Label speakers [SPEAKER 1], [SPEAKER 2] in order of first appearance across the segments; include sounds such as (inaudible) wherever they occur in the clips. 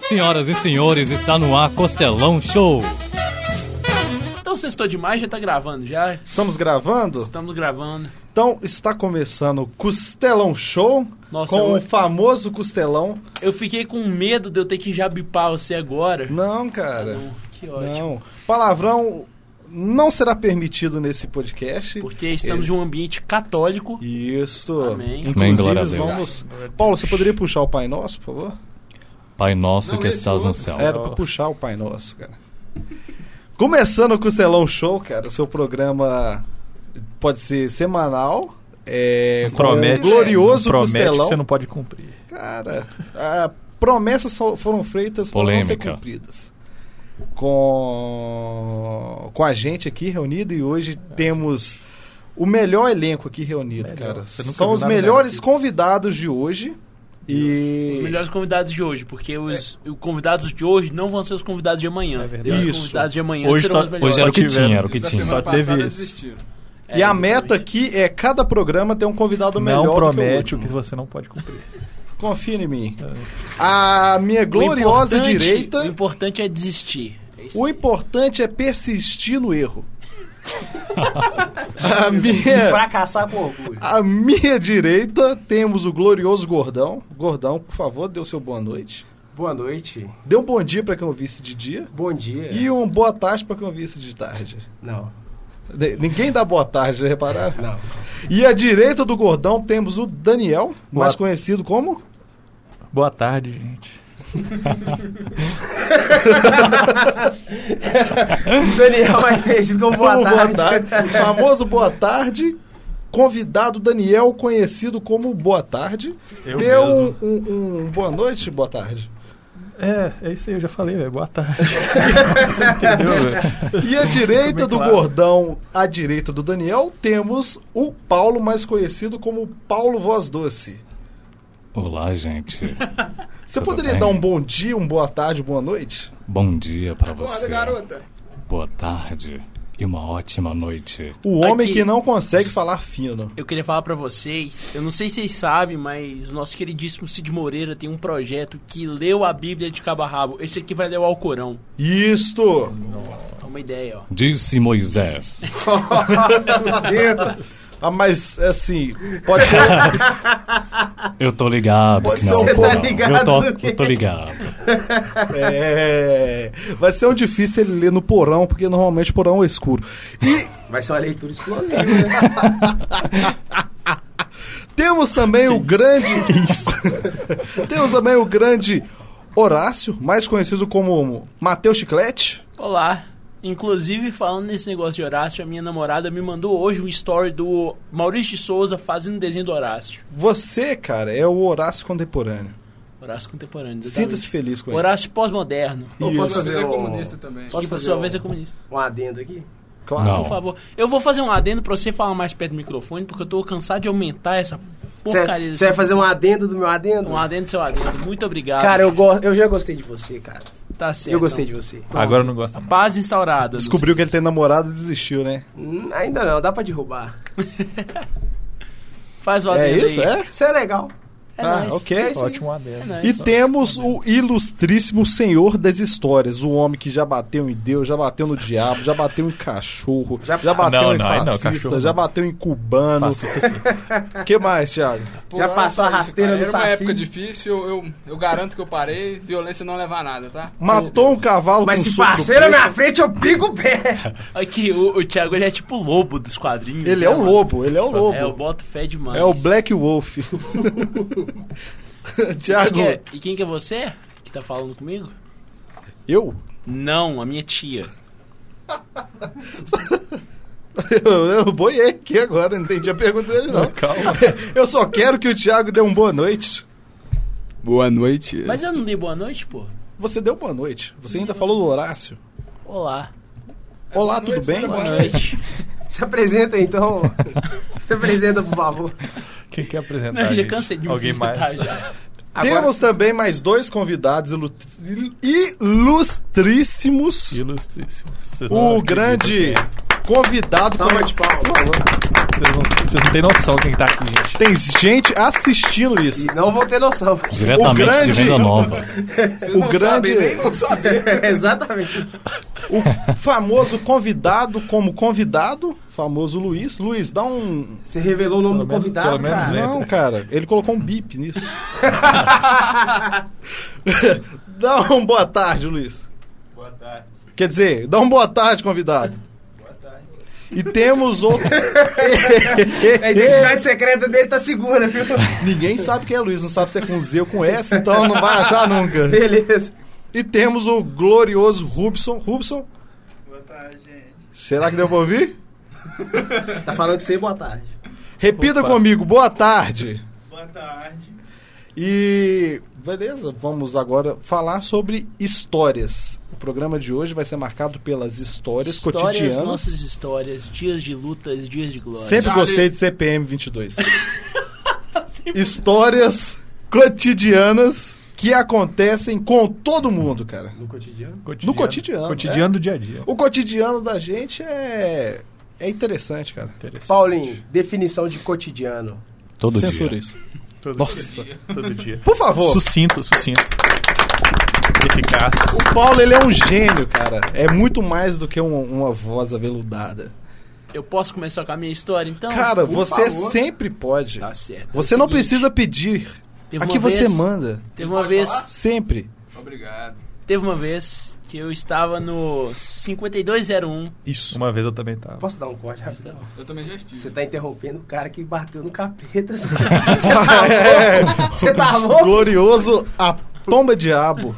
[SPEAKER 1] Senhoras e senhores, está no ar Costelão Show.
[SPEAKER 2] Então você estou demais, já tá gravando, já
[SPEAKER 3] Estamos gravando?
[SPEAKER 2] estamos gravando.
[SPEAKER 3] Então está começando o Costelão Show
[SPEAKER 2] Nossa,
[SPEAKER 3] com
[SPEAKER 2] eu-
[SPEAKER 3] o Um famoso Costelão.
[SPEAKER 2] Eu fiquei com medo de eu ter que jabipar você agora.
[SPEAKER 3] Não, cara.
[SPEAKER 2] Não, que
[SPEAKER 3] Não.
[SPEAKER 2] Tá ótimo.
[SPEAKER 3] Palavrão não será permitido nesse podcast.
[SPEAKER 2] Porque estamos em
[SPEAKER 3] É.
[SPEAKER 2] um ambiente católico.
[SPEAKER 3] Isso.
[SPEAKER 2] Amém. Amém,
[SPEAKER 1] glória a
[SPEAKER 3] Inclusive,
[SPEAKER 1] Deus.
[SPEAKER 3] vamos. Paulo, você poderia puxar o Pai Nosso, por favor?
[SPEAKER 1] Pai nosso
[SPEAKER 2] Não,
[SPEAKER 1] que
[SPEAKER 2] esse
[SPEAKER 1] estás no
[SPEAKER 2] outro.
[SPEAKER 1] céu.
[SPEAKER 2] É.
[SPEAKER 3] Era pra puxar o Pai Nosso, cara. Começando o Costelão Show, cara, o seu programa pode ser semanal. É, com
[SPEAKER 4] Promete,
[SPEAKER 3] o glorioso
[SPEAKER 4] promete
[SPEAKER 3] Costelão.
[SPEAKER 4] que você não pode cumprir.
[SPEAKER 3] Cara, ah, promessas só foram feitas para não ser
[SPEAKER 1] Polêmica.
[SPEAKER 3] cumpridas. Com, com a gente aqui reunido e hoje temos o melhor elenco aqui reunido,
[SPEAKER 4] Melhor.
[SPEAKER 3] cara.
[SPEAKER 4] Você nunca
[SPEAKER 3] São
[SPEAKER 4] viu
[SPEAKER 3] os
[SPEAKER 4] nada melhor que
[SPEAKER 3] melhores
[SPEAKER 4] isso.
[SPEAKER 3] convidados de hoje e
[SPEAKER 2] Os melhores convidados de hoje, porque os, os convidados de hoje não vão ser os convidados de amanhã.
[SPEAKER 4] É verdade.
[SPEAKER 2] Os
[SPEAKER 3] É. Isso.
[SPEAKER 2] convidados de amanhã
[SPEAKER 1] Hoje,
[SPEAKER 2] serão
[SPEAKER 1] só,
[SPEAKER 2] os melhores.
[SPEAKER 1] hoje era o que
[SPEAKER 4] tiveram.
[SPEAKER 1] tinha, era o que
[SPEAKER 4] Isso
[SPEAKER 1] tinha.
[SPEAKER 4] Só teve isso.
[SPEAKER 3] e a meta aqui é cada programa ter um convidado melhor
[SPEAKER 4] não
[SPEAKER 3] do que
[SPEAKER 4] promete
[SPEAKER 3] o
[SPEAKER 4] o que
[SPEAKER 3] último.
[SPEAKER 4] você não pode cumprir.
[SPEAKER 3] Confia em mim. A minha gloriosa direita,
[SPEAKER 2] O importante é desistir. É isso.
[SPEAKER 3] o importante é persistir no
[SPEAKER 4] (laughs)
[SPEAKER 3] erro. a minha
[SPEAKER 5] Fracassar com orgulho.
[SPEAKER 3] À minha direita temos o glorioso Gordão. Gordão, por favor, dê o seu boa noite.
[SPEAKER 5] Boa noite,
[SPEAKER 3] Dê um bom dia para quem ouvisse de dia.
[SPEAKER 5] bom
[SPEAKER 4] É.
[SPEAKER 5] dia.
[SPEAKER 3] E um boa tarde para quem ouvisse de tarde.
[SPEAKER 5] Não,
[SPEAKER 3] De- Ninguém dá boa tarde, já repararam?
[SPEAKER 5] não.
[SPEAKER 3] E à direita do Gordão temos o Daniel, mais
[SPEAKER 4] Boa-
[SPEAKER 3] conhecido como.
[SPEAKER 4] Boa tarde, gente.
[SPEAKER 5] Daniel é mais conhecido
[SPEAKER 3] (laughs)
[SPEAKER 5] como Boa
[SPEAKER 3] como
[SPEAKER 5] Tarde.
[SPEAKER 3] O famoso Boa Tarde. Convidado Daniel, conhecido como Boa Tarde.
[SPEAKER 4] Eu
[SPEAKER 3] Dê um,
[SPEAKER 4] mesmo.
[SPEAKER 3] um- um boa noite, boa tarde.
[SPEAKER 4] É, é isso aí, eu já falei, velho. Boa tarde. você entendeu, velho?
[SPEAKER 3] E à direita do
[SPEAKER 4] claro.
[SPEAKER 3] Gordão, à direita do Daniel, temos o Paulo, mais conhecido como Paulo Voz Doce.
[SPEAKER 1] Olá, gente.
[SPEAKER 3] Você
[SPEAKER 1] Tudo
[SPEAKER 3] poderia
[SPEAKER 1] bem?
[SPEAKER 3] dar um bom dia, uma boa tarde, boa noite?
[SPEAKER 1] Bom dia pra você. Boa tarde e uma ótima noite.
[SPEAKER 3] O homem
[SPEAKER 2] Aqui.
[SPEAKER 3] que não consegue falar fino.
[SPEAKER 2] Eu queria falar pra vocês, eu não sei se vocês sabem, mas o nosso queridíssimo Cid Moreira tem um projeto que leu a Bíblia de cabo a rabo. Esse aqui vai ler o Alcorão.
[SPEAKER 3] Isto!
[SPEAKER 2] É uma ideia, ó.
[SPEAKER 1] Disse Moisés.
[SPEAKER 5] Nossa, Deus.
[SPEAKER 3] Ah, mas, assim, pode ser...
[SPEAKER 1] Eu tô ligado.
[SPEAKER 3] Pode
[SPEAKER 1] que
[SPEAKER 3] ser
[SPEAKER 1] não,
[SPEAKER 3] um
[SPEAKER 1] eu tô
[SPEAKER 3] pouco-
[SPEAKER 1] não.
[SPEAKER 5] ligado
[SPEAKER 1] Eu tô,
[SPEAKER 5] do quê?
[SPEAKER 1] eu tô ligado.
[SPEAKER 3] é, vai ser um difícil ele ler no porão, porque normalmente o porão é escuro.
[SPEAKER 5] Vai ser uma leitura explosiva. né?
[SPEAKER 3] Temos também o grande... (laughs) Temos também o grande Horácio, mais conhecido como Mateus Chiclete.
[SPEAKER 2] Olá. Inclusive, falando nesse negócio de Horácio, a minha namorada me mandou hoje um story do Maurício de Souza fazendo desenho do Horácio.
[SPEAKER 3] Você, cara, é o Horácio contemporâneo.
[SPEAKER 2] Horácio contemporâneo. exatamente.
[SPEAKER 3] Sinta-se feliz com isso.
[SPEAKER 2] Horácio pós-moderno.
[SPEAKER 5] Eu posso
[SPEAKER 3] Isso.
[SPEAKER 5] fazer
[SPEAKER 6] Você é
[SPEAKER 5] um-
[SPEAKER 6] comunista também.
[SPEAKER 2] Posso
[SPEAKER 5] Posso
[SPEAKER 2] por
[SPEAKER 5] fazer
[SPEAKER 2] sua
[SPEAKER 5] um-
[SPEAKER 2] vez é comunista.
[SPEAKER 5] Um adendo aqui.
[SPEAKER 3] Claro.
[SPEAKER 1] Não.
[SPEAKER 2] Por favor. Eu vou fazer um adendo pra você falar mais perto do microfone, porque eu tô cansado de aumentar essa porcaria.
[SPEAKER 5] Você é vai fazer um adendo do meu adendo?
[SPEAKER 2] Um adendo, seu adendo. Muito obrigado.
[SPEAKER 5] Cara, eu, go... eu já gostei de você, cara.
[SPEAKER 2] Tá certo.
[SPEAKER 5] eu gostei de você. Então,
[SPEAKER 4] Agora eu não gosto mais.
[SPEAKER 2] Paz instaurada.
[SPEAKER 3] Descobriu que ele tem namorado e desistiu, né?
[SPEAKER 5] Hum, ainda não, dá pra derrubar.
[SPEAKER 2] Faz o
[SPEAKER 3] É
[SPEAKER 2] adendo
[SPEAKER 3] isso?
[SPEAKER 2] aí.
[SPEAKER 3] É?
[SPEAKER 5] Isso é legal.
[SPEAKER 2] É
[SPEAKER 3] ah,
[SPEAKER 2] nóis.
[SPEAKER 3] ok.
[SPEAKER 5] É isso aí.
[SPEAKER 4] Ótimo adendo.
[SPEAKER 2] É nóis.
[SPEAKER 3] E temos o ilustríssimo senhor das histórias, o homem que já bateu em Deus, já bateu no diabo, já bateu em cachorro, já,
[SPEAKER 5] Já-
[SPEAKER 3] bateu
[SPEAKER 4] Não,
[SPEAKER 3] em
[SPEAKER 4] não, aí não,
[SPEAKER 3] fascista,
[SPEAKER 4] cachorro não.
[SPEAKER 3] já bateu em cubano.
[SPEAKER 4] Fascista sim.
[SPEAKER 3] O que mais, Thiago?
[SPEAKER 5] Já passou a rasteira
[SPEAKER 6] Ah, Era
[SPEAKER 5] no
[SPEAKER 6] é uma
[SPEAKER 5] saci.
[SPEAKER 6] época difícil, eu, eu, eu garanto que eu parei, violência não leva a nada, tá?
[SPEAKER 3] Matou um cavalo
[SPEAKER 5] Mas
[SPEAKER 3] com
[SPEAKER 5] se
[SPEAKER 3] soco do
[SPEAKER 5] parceiro na
[SPEAKER 3] peito.
[SPEAKER 5] minha frente, eu pico o pé. (laughs)
[SPEAKER 2] Aqui, o, o Thiago, ele é tipo o lobo dos quadrinhos.
[SPEAKER 3] Ele
[SPEAKER 2] né,
[SPEAKER 3] é o
[SPEAKER 2] mano?
[SPEAKER 3] lobo, ele é o
[SPEAKER 2] É, eu
[SPEAKER 3] lobo.
[SPEAKER 2] boto fé demais.
[SPEAKER 3] É o Black Wolf. (laughs)
[SPEAKER 2] E quem,
[SPEAKER 3] Thiago,
[SPEAKER 2] que é, e quem que é você que tá falando comigo?
[SPEAKER 3] eu?
[SPEAKER 2] Não, a minha tia.
[SPEAKER 3] Eu, eu boiei aqui agora, não entendi a pergunta dele, não.
[SPEAKER 4] Calma.
[SPEAKER 3] Eu só quero que o Thiago dê um boa noite.
[SPEAKER 6] Boa noite.
[SPEAKER 2] Mas eu não dei boa noite, pô.
[SPEAKER 3] Você deu boa noite. Você ainda falou do Horácio.
[SPEAKER 2] Olá.
[SPEAKER 3] Olá, tudo bem?
[SPEAKER 2] Boa noite.
[SPEAKER 5] Se apresenta então. Se apresenta, por favor.
[SPEAKER 4] Quem quer
[SPEAKER 3] Tá,
[SPEAKER 4] apresentar?
[SPEAKER 2] Não, já
[SPEAKER 4] gente?
[SPEAKER 2] cansei de me
[SPEAKER 4] Alguém mais?
[SPEAKER 2] apresentar já.
[SPEAKER 5] Agora,
[SPEAKER 3] Temos também mais dois convidados ilu- ilustríssimos.
[SPEAKER 4] Ilustríssimo. Vocês
[SPEAKER 3] O
[SPEAKER 4] não acreditam
[SPEAKER 3] grande
[SPEAKER 4] quem é.
[SPEAKER 3] convidado.
[SPEAKER 5] Salva
[SPEAKER 3] como-
[SPEAKER 5] de palmas.
[SPEAKER 3] Por favor.
[SPEAKER 4] é. Vocês não, vocês não têm noção quem tá aqui, gente.
[SPEAKER 3] Tem gente assistindo isso.
[SPEAKER 5] E não vou ter noção. (laughs)
[SPEAKER 1] Diretamente
[SPEAKER 3] grande-
[SPEAKER 1] de Venda Nova.
[SPEAKER 6] Vocês
[SPEAKER 3] O
[SPEAKER 6] não
[SPEAKER 3] grande-
[SPEAKER 6] sabem nem não sabem.
[SPEAKER 5] Exatamente.
[SPEAKER 3] O famoso convidado como convidado, famoso Luiz. Luiz, dá um.
[SPEAKER 5] Você revelou o nome
[SPEAKER 4] Pelo
[SPEAKER 5] do
[SPEAKER 4] menos-
[SPEAKER 5] convidado,
[SPEAKER 4] pelo menos
[SPEAKER 5] cara.
[SPEAKER 4] lembra.
[SPEAKER 3] Não, cara, ele colocou um bip nisso. (laughs) dá um boa tarde, Luiz.
[SPEAKER 7] Boa tarde.
[SPEAKER 3] Quer dizer, dá um boa tarde, convidado.
[SPEAKER 7] Boa tarde.
[SPEAKER 3] E temos
[SPEAKER 7] (laughs)
[SPEAKER 3] outro.
[SPEAKER 5] A É identidade secreta dele tá segura, viu?
[SPEAKER 3] (laughs) Ninguém sabe quem é Luiz, não sabe se é com Z ou com S, então não vai achar nunca.
[SPEAKER 5] Beleza.
[SPEAKER 3] E temos o glorioso Rubson. Rubson,
[SPEAKER 7] Boa tarde, gente.
[SPEAKER 3] será que deu pra ouvir?
[SPEAKER 5] Tá falando que você boa tarde.
[SPEAKER 3] Repita
[SPEAKER 4] Opa.
[SPEAKER 3] comigo, boa tarde.
[SPEAKER 7] Boa tarde.
[SPEAKER 3] E beleza, vamos agora falar sobre histórias. O programa de hoje vai ser marcado pelas histórias,
[SPEAKER 2] Histórias,
[SPEAKER 3] cotidianas.
[SPEAKER 2] nossas histórias, dias de lutas, dias de glória.
[SPEAKER 3] Sempre
[SPEAKER 6] Já
[SPEAKER 3] gostei
[SPEAKER 6] li.
[SPEAKER 3] de CPM
[SPEAKER 7] (laughs)
[SPEAKER 3] 22. histórias cotidianas que acontecem com todo mundo, cara.
[SPEAKER 5] No cotidiano?
[SPEAKER 4] Cotidiano- né?
[SPEAKER 3] cotidiano,
[SPEAKER 4] Cotidiano do dia a dia.
[SPEAKER 3] O cotidiano da gente é é interessante, cara.
[SPEAKER 4] Interessante.
[SPEAKER 5] Paulinho, definição de cotidiano.
[SPEAKER 1] Todo
[SPEAKER 3] Censura
[SPEAKER 1] dia.
[SPEAKER 3] isso.
[SPEAKER 4] Todo
[SPEAKER 3] Nossa.
[SPEAKER 4] dia. Todo dia.
[SPEAKER 3] Por favor.
[SPEAKER 4] Sucinto, sucinto. Eficaz.
[SPEAKER 3] O Paulo, ele é um gênio, cara. É muito mais do que um- uma voz aveludada.
[SPEAKER 2] Eu posso começar com a minha história, então?
[SPEAKER 3] Cara,
[SPEAKER 2] Por
[SPEAKER 3] você
[SPEAKER 2] favor.
[SPEAKER 3] sempre pode.
[SPEAKER 2] Tá certo.
[SPEAKER 3] Você
[SPEAKER 2] É o
[SPEAKER 3] não
[SPEAKER 2] seguinte,
[SPEAKER 3] precisa pedir.
[SPEAKER 2] teve
[SPEAKER 3] Aqui
[SPEAKER 2] uma
[SPEAKER 3] você
[SPEAKER 2] vez-
[SPEAKER 3] manda.
[SPEAKER 2] Teve uma vez...
[SPEAKER 3] Sempre.
[SPEAKER 6] Obrigado.
[SPEAKER 2] Teve uma vez que eu estava no 5201.
[SPEAKER 3] Isso.
[SPEAKER 4] Uma vez eu também tava.
[SPEAKER 5] Posso dar um corte rapidão?
[SPEAKER 6] Eu também já estive.
[SPEAKER 5] Você tá interrompendo o cara que bateu no capeta. (laughs)
[SPEAKER 3] É.
[SPEAKER 5] Você tá louco?
[SPEAKER 3] Glorioso a tomba diabo.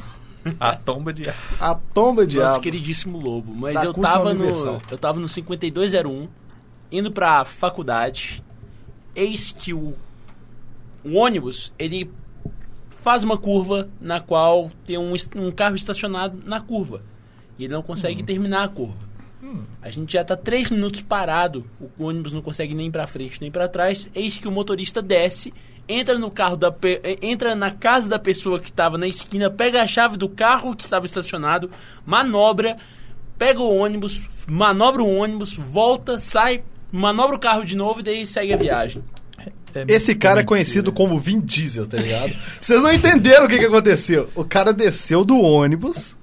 [SPEAKER 4] A tomba
[SPEAKER 3] É
[SPEAKER 4] de.
[SPEAKER 3] A tomba
[SPEAKER 2] Nosso
[SPEAKER 3] diabo.
[SPEAKER 2] queridíssimo Lobo. Mas
[SPEAKER 3] Da
[SPEAKER 2] eu
[SPEAKER 3] Custa
[SPEAKER 2] tava
[SPEAKER 3] à
[SPEAKER 2] no.
[SPEAKER 3] Universal.
[SPEAKER 2] Eu tava no 5201, indo pra faculdade. Eis que o, o ônibus, ele faz uma curva na qual tem um, est- um carro estacionado na curva. E ele não
[SPEAKER 3] Uhum.
[SPEAKER 2] consegue terminar a curva. A gente já tá três minutos parado, o ônibus não consegue nem pra frente nem pra trás. Eis que o motorista desce, entra no carro da pe- eh, entra na casa da pessoa que estava na esquina, pega a chave do carro que estava estacionado, manobra, pega o ônibus, manobra o ônibus, volta, sai, manobra o carro de novo e daí segue a viagem.
[SPEAKER 3] Esse cara é
[SPEAKER 2] né?
[SPEAKER 3] conhecido como Vin Diesel, tá ligado? Vocês não entenderam o que, que aconteceu. O cara desceu do ônibus,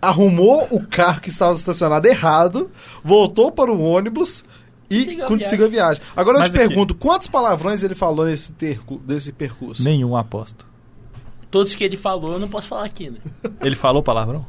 [SPEAKER 3] arrumou o carro que estava estacionado errado, voltou para o ônibus e
[SPEAKER 2] Conseguiu a
[SPEAKER 3] conseguiu a viagem. Agora eu
[SPEAKER 4] Mas
[SPEAKER 3] te
[SPEAKER 4] aqui-
[SPEAKER 3] pergunto, quantos palavrões ele falou nesse, terco, nesse percurso?
[SPEAKER 4] Nenhum aposto.
[SPEAKER 2] Todos que ele falou, eu não posso falar aqui, né?
[SPEAKER 4] Ele falou palavrão?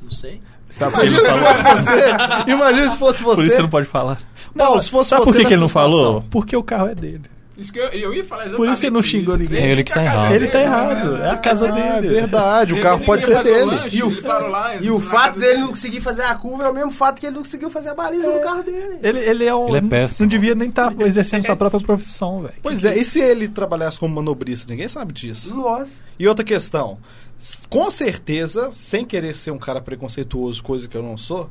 [SPEAKER 2] Não sei.
[SPEAKER 4] Sabe por que ele
[SPEAKER 3] Imagina se
[SPEAKER 4] falou?
[SPEAKER 3] fosse você! Imagina se fosse você!
[SPEAKER 4] (laughs) Por isso você não pode falar.
[SPEAKER 3] Paulo, se fosse
[SPEAKER 4] Sabe
[SPEAKER 3] você
[SPEAKER 4] por que, que ele não
[SPEAKER 3] nessa
[SPEAKER 4] falou?
[SPEAKER 3] situação.
[SPEAKER 4] Porque o carro é dele.
[SPEAKER 6] Isso que eu, eu ia falar exatamente
[SPEAKER 4] Por isso que ele não xingou
[SPEAKER 6] isso.
[SPEAKER 4] ninguém.
[SPEAKER 6] De
[SPEAKER 1] É ele
[SPEAKER 6] repente
[SPEAKER 1] que tá
[SPEAKER 6] a casa
[SPEAKER 1] errado.
[SPEAKER 4] Ele tá
[SPEAKER 6] dele-
[SPEAKER 4] errado. É a casa
[SPEAKER 3] Ah, é
[SPEAKER 4] dele.
[SPEAKER 3] verdade,
[SPEAKER 6] De
[SPEAKER 3] o carro
[SPEAKER 6] repente
[SPEAKER 3] pode
[SPEAKER 6] ele
[SPEAKER 3] ser
[SPEAKER 6] ia fazer um
[SPEAKER 3] dele.
[SPEAKER 6] lanche, ele parou lá,
[SPEAKER 5] E o
[SPEAKER 6] na
[SPEAKER 5] fato
[SPEAKER 6] casa
[SPEAKER 5] dele não conseguir fazer a curva é o mesmo fato que ele não conseguiu fazer a baliza no carro dele.
[SPEAKER 4] Ele, ele é um.
[SPEAKER 1] Ele é péssimo.
[SPEAKER 4] Não devia nem estar
[SPEAKER 3] é
[SPEAKER 4] exercendo sua própria profissão, velho.
[SPEAKER 3] Pois é, e se ele trabalhasse como manobrista? Ninguém sabe disso.
[SPEAKER 5] Nossa.
[SPEAKER 3] E outra questão. s- Com certeza, sem querer ser um cara preconceituoso, coisa que eu não sou,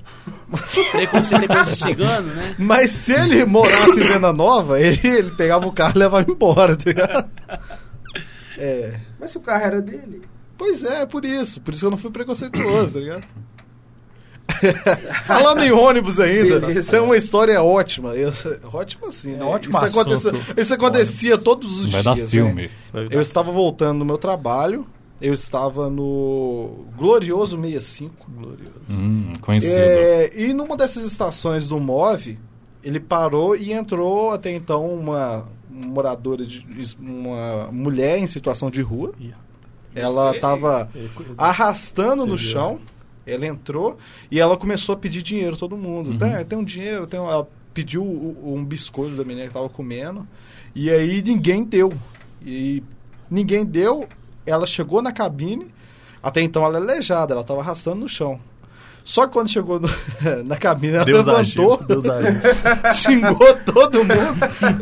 [SPEAKER 2] Preconceito é coisa de cigano, né?
[SPEAKER 3] mas se ele morasse em Venda Nova, (laughs) ele, ele pegava o carro e levava embora, tá ligado? É.
[SPEAKER 5] Mas se o carro era dele.
[SPEAKER 3] Pois é, é por isso. Por isso que eu não fui preconceituoso, tá ligado? (laughs) Falando em ônibus ainda,
[SPEAKER 5] Beleza.
[SPEAKER 3] isso é uma história ótima. Eu- ótima sim, né?
[SPEAKER 4] É ótimo
[SPEAKER 3] isso, acontecia,
[SPEAKER 4] assunto.
[SPEAKER 3] isso acontecia todos os
[SPEAKER 1] Vai
[SPEAKER 3] dias.
[SPEAKER 1] dar
[SPEAKER 3] né?
[SPEAKER 1] filme.
[SPEAKER 3] Eu estava voltando do meu trabalho, eu estava no Glorioso 65.
[SPEAKER 4] Glorioso.
[SPEAKER 1] Hum, conhecido.
[SPEAKER 3] É, e numa dessas estações do MOV, ele parou e entrou até então uma moradora de uma mulher em situação de rua.
[SPEAKER 4] Ih,
[SPEAKER 3] Ela estava Ah, arrastando no
[SPEAKER 4] Você viu,
[SPEAKER 3] chão. Ela entrou e ela começou a pedir dinheiro a todo mundo.
[SPEAKER 1] Uhum.
[SPEAKER 3] Tem, tem um dinheiro, tem um- ela pediu o- um biscoito da menina que tava comendo. E aí ninguém deu. E ninguém deu, ela chegou na cabine. Até então ela é aleijada, ela tava arrastando no chão. Só que quando chegou no- (laughs) na cabine, ela
[SPEAKER 4] Deus
[SPEAKER 3] levantou,
[SPEAKER 4] agiu. Deus
[SPEAKER 3] (laughs)
[SPEAKER 4] agiu.
[SPEAKER 3] xingou todo mundo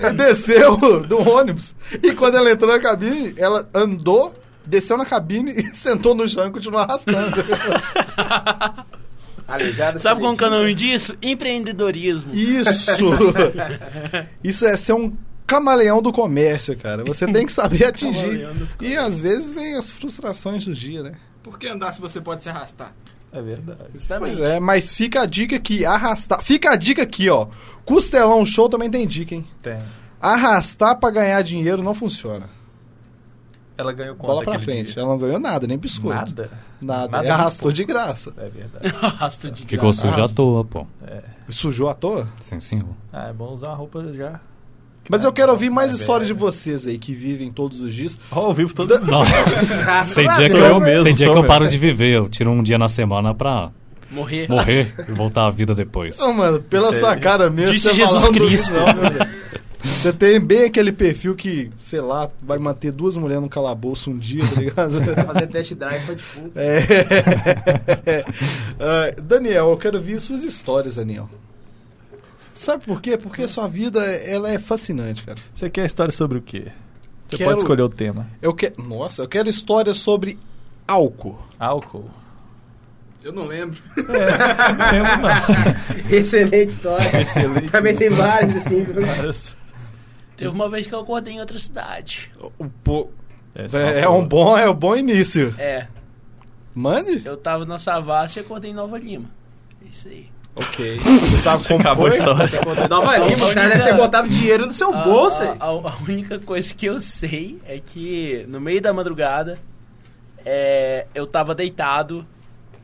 [SPEAKER 3] e desceu do ônibus. E quando ela entrou na cabine, ela andou, desceu na cabine e (laughs) sentou no chão e continuou arrastando.
[SPEAKER 5] Aleijado.
[SPEAKER 2] Sabe como que é o
[SPEAKER 5] seletivo.
[SPEAKER 2] nome disso? Empreendedorismo.
[SPEAKER 3] Isso! Isso é ser um camaleão do comércio, cara. Você tem que saber atingir.
[SPEAKER 2] Camaleão do
[SPEAKER 3] E às vezes vem as frustrações do dia, né?
[SPEAKER 6] Por que andar se você pode se arrastar?
[SPEAKER 4] É verdade.
[SPEAKER 2] Justamente.
[SPEAKER 3] Pois é, mas fica a dica que arrastar. Fica a dica aqui, ó. Costelão show também tem dica, hein?
[SPEAKER 4] Tem.
[SPEAKER 3] Arrastar pra ganhar dinheiro não funciona.
[SPEAKER 4] Ela ganhou conta
[SPEAKER 3] Bola pra frente. Ela não ganhou nada, nem biscoito.
[SPEAKER 4] Nada?
[SPEAKER 3] Nada.
[SPEAKER 4] Nada.
[SPEAKER 3] E arrastou de graça.
[SPEAKER 4] É verdade.
[SPEAKER 2] (laughs) Arrasta de
[SPEAKER 1] Ficou
[SPEAKER 2] graça.
[SPEAKER 3] Ah.
[SPEAKER 1] sujo à toa, pô.
[SPEAKER 3] Sujou à toa?
[SPEAKER 1] Sim, senhor.
[SPEAKER 4] Ah, é bom usar uma roupa já.
[SPEAKER 3] Mas eu quero ouvir mais
[SPEAKER 4] É
[SPEAKER 3] histórias de
[SPEAKER 4] verdade.
[SPEAKER 3] vocês aí que vivem todos os dias.
[SPEAKER 4] Ó, ao vivo todo
[SPEAKER 1] Não,
[SPEAKER 5] Graças
[SPEAKER 1] tem
[SPEAKER 5] a
[SPEAKER 1] dia que
[SPEAKER 4] sou
[SPEAKER 1] eu,
[SPEAKER 4] eu mesmo,
[SPEAKER 1] tem dia
[SPEAKER 4] sou
[SPEAKER 1] que eu
[SPEAKER 4] eu.
[SPEAKER 1] paro de viver. Eu tiro um dia na semana pra
[SPEAKER 2] Morrer.
[SPEAKER 1] morrer e voltar à vida depois.
[SPEAKER 3] Não, mano, pela
[SPEAKER 4] Sei.
[SPEAKER 3] sua cara mesmo.
[SPEAKER 2] Disse
[SPEAKER 3] você
[SPEAKER 2] Jesus
[SPEAKER 3] falar um
[SPEAKER 2] Cristo.
[SPEAKER 3] não, meu Deus. Você tem bem aquele perfil que, sei lá, vai manter duas mulheres no calabouço um dia, tá ligado?
[SPEAKER 2] (laughs)
[SPEAKER 5] Fazer test drive foi tipo.
[SPEAKER 3] É. Ah, Daniel, eu quero ver suas histórias, Daniel. Sabe por quê? Porque sua vida ela é fascinante, cara.
[SPEAKER 4] Você quer a história sobre o quê? Você
[SPEAKER 3] Quero-
[SPEAKER 4] pode escolher o tema.
[SPEAKER 3] Eu quero, nossa, eu quero histórias sobre álcool.
[SPEAKER 4] Álcool?
[SPEAKER 6] Eu não lembro.
[SPEAKER 4] Não lembro, não.
[SPEAKER 5] Excelente história.
[SPEAKER 4] Excelente.
[SPEAKER 5] Também tem vários, assim, viu?
[SPEAKER 4] Várias.
[SPEAKER 2] Teve uma vez que eu acordei em outra cidade.
[SPEAKER 3] O po-
[SPEAKER 4] só
[SPEAKER 3] É, (laughs)
[SPEAKER 4] uma
[SPEAKER 3] é um
[SPEAKER 4] boa.
[SPEAKER 3] bom, é um bom início.
[SPEAKER 2] É,
[SPEAKER 3] Mande?
[SPEAKER 2] eu tava na Savassi e acordei em Nova Lima. É Isso aí.
[SPEAKER 3] Ok. Você sabe como
[SPEAKER 4] Acabou a
[SPEAKER 3] foi?
[SPEAKER 4] história.
[SPEAKER 5] Nova Lima, o cara deve ter botado dinheiro no seu
[SPEAKER 2] A-
[SPEAKER 5] bolso.
[SPEAKER 2] a, a- a única coisa que eu sei é que no meio da madrugada é, eu tava deitado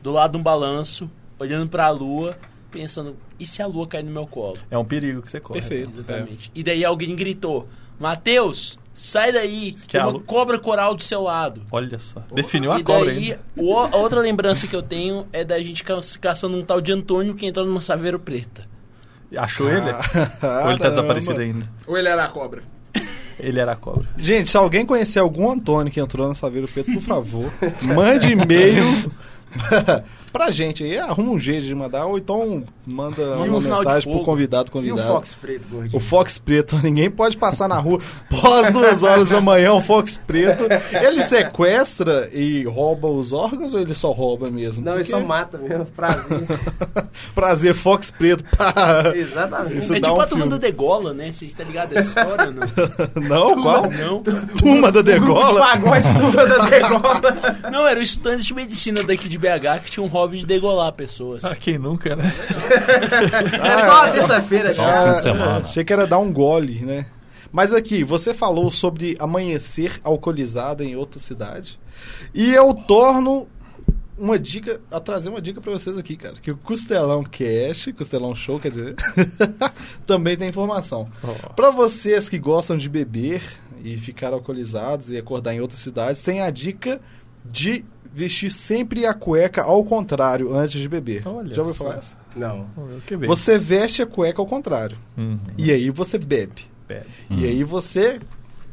[SPEAKER 2] do lado de um balanço, olhando pra lua, pensando, e se a lua cair no meu colo?
[SPEAKER 4] É um perigo que você corre.
[SPEAKER 3] Perfeito.
[SPEAKER 2] Exatamente. E daí alguém gritou: Matheus, sai daí, que tem
[SPEAKER 4] a
[SPEAKER 2] uma
[SPEAKER 4] lua-
[SPEAKER 2] cobra coral do seu lado.
[SPEAKER 4] Olha só. Definiu
[SPEAKER 2] e
[SPEAKER 4] a cobra
[SPEAKER 2] daí,
[SPEAKER 4] ainda.
[SPEAKER 2] o- a outra lembrança que eu tenho é da gente ca- caçando um tal de Antônio que entrou numa saveiro preta.
[SPEAKER 4] Achou ele? Ou ele
[SPEAKER 3] Ah, Caramba.
[SPEAKER 4] tá desaparecido ainda?
[SPEAKER 6] Ou ele era a cobra?
[SPEAKER 4] Ele era a cobra.
[SPEAKER 3] Gente, se alguém conhecer algum Antônio que entrou na Saveiro Preto, por favor, (laughs) mande e-mail (laughs) pra gente aí. Arruma um jeito de mandar, ou então manda
[SPEAKER 2] um
[SPEAKER 3] uma
[SPEAKER 2] sinal de
[SPEAKER 3] mensagem pro
[SPEAKER 2] fogo.
[SPEAKER 3] convidado
[SPEAKER 5] E o
[SPEAKER 3] convidado.
[SPEAKER 5] Fox Preto, gordinho?
[SPEAKER 3] O Fox Preto, (laughs) ninguém pode passar na rua pós duas horas da manhã. O Fox Preto, ele sequestra e rouba os órgãos ou ele só rouba mesmo?
[SPEAKER 5] Não, ele
[SPEAKER 3] Porque-
[SPEAKER 5] só mata mesmo, prazer.
[SPEAKER 3] Prazer, Fox Preto. (laughs) Pá.
[SPEAKER 5] Exatamente.
[SPEAKER 3] Isso
[SPEAKER 2] é
[SPEAKER 3] dá
[SPEAKER 2] tipo
[SPEAKER 3] um
[SPEAKER 2] a turma do
[SPEAKER 3] filme.
[SPEAKER 2] Degola, né? Vocês estão ligados a essa história? Não.
[SPEAKER 4] (laughs)
[SPEAKER 3] Não, qual?
[SPEAKER 2] não.
[SPEAKER 3] Turma da degola?
[SPEAKER 5] Pagode turma da degola.
[SPEAKER 2] Não, era o estudante de medicina daqui de BH que tinha um hobby de degolar pessoas.
[SPEAKER 4] Ah, quem nunca, né?
[SPEAKER 5] É só uma terça-feira,
[SPEAKER 1] Só
[SPEAKER 5] cara.
[SPEAKER 1] os fins de semana.
[SPEAKER 3] É, Achei que era dar um gole, né? Mas aqui, você falou sobre amanhecer alcoolizado em outra cidade. E eu torno uma dica, a trazer uma dica pra vocês aqui, cara. Que o Costelão Cash, Costelão Show, quer dizer, (laughs) também tem informação.
[SPEAKER 4] Ó.
[SPEAKER 3] Pra vocês que gostam de beber e ficar alcoolizados e acordar em outras cidades, tem a dica de vestir sempre a cueca ao contrário antes de beber.
[SPEAKER 4] Olha
[SPEAKER 3] Já ouviu
[SPEAKER 4] só.
[SPEAKER 3] falar essa?
[SPEAKER 5] Não.
[SPEAKER 4] Vamos ver o que vem.
[SPEAKER 3] Você veste a cueca ao contrário.
[SPEAKER 4] Uhum.
[SPEAKER 3] E aí você bebe.
[SPEAKER 4] Bebe.
[SPEAKER 1] Hum.
[SPEAKER 3] E aí você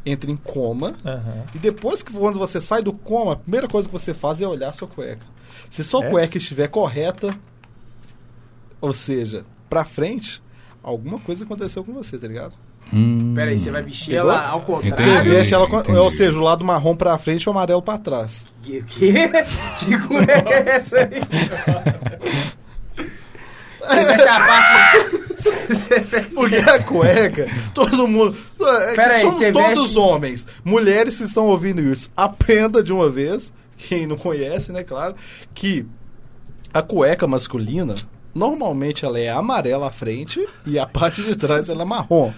[SPEAKER 3] entra em coma.
[SPEAKER 4] Aham.
[SPEAKER 3] E depois que quando você sai do coma, a primeira coisa que você faz é olhar a sua cueca. Se sua
[SPEAKER 4] É?
[SPEAKER 3] cueca estiver correta, ou seja, pra frente, alguma coisa aconteceu com você, tá ligado?
[SPEAKER 1] Hum.
[SPEAKER 5] Pera aí, você vai vestir
[SPEAKER 3] Pegou?
[SPEAKER 5] ela ao
[SPEAKER 3] Você
[SPEAKER 1] Entendi,
[SPEAKER 5] contrário?
[SPEAKER 3] veste ela, com-
[SPEAKER 1] entendi.
[SPEAKER 3] ou seja, o lado marrom pra frente e o amarelo pra trás.
[SPEAKER 5] Que, que, que cor é essa aí? Você veste a parte...
[SPEAKER 3] (laughs)
[SPEAKER 5] Você veste-
[SPEAKER 3] Porque a cueca, todo mundo. é,
[SPEAKER 5] Pera aí,
[SPEAKER 3] somos
[SPEAKER 5] você
[SPEAKER 3] todos
[SPEAKER 5] veste-
[SPEAKER 3] homens. Mulheres que estão ouvindo isso, aprenda de uma vez, quem não conhece, né, claro, que a cueca masculina, normalmente ela é amarela à frente e a parte de trás ela é marrom.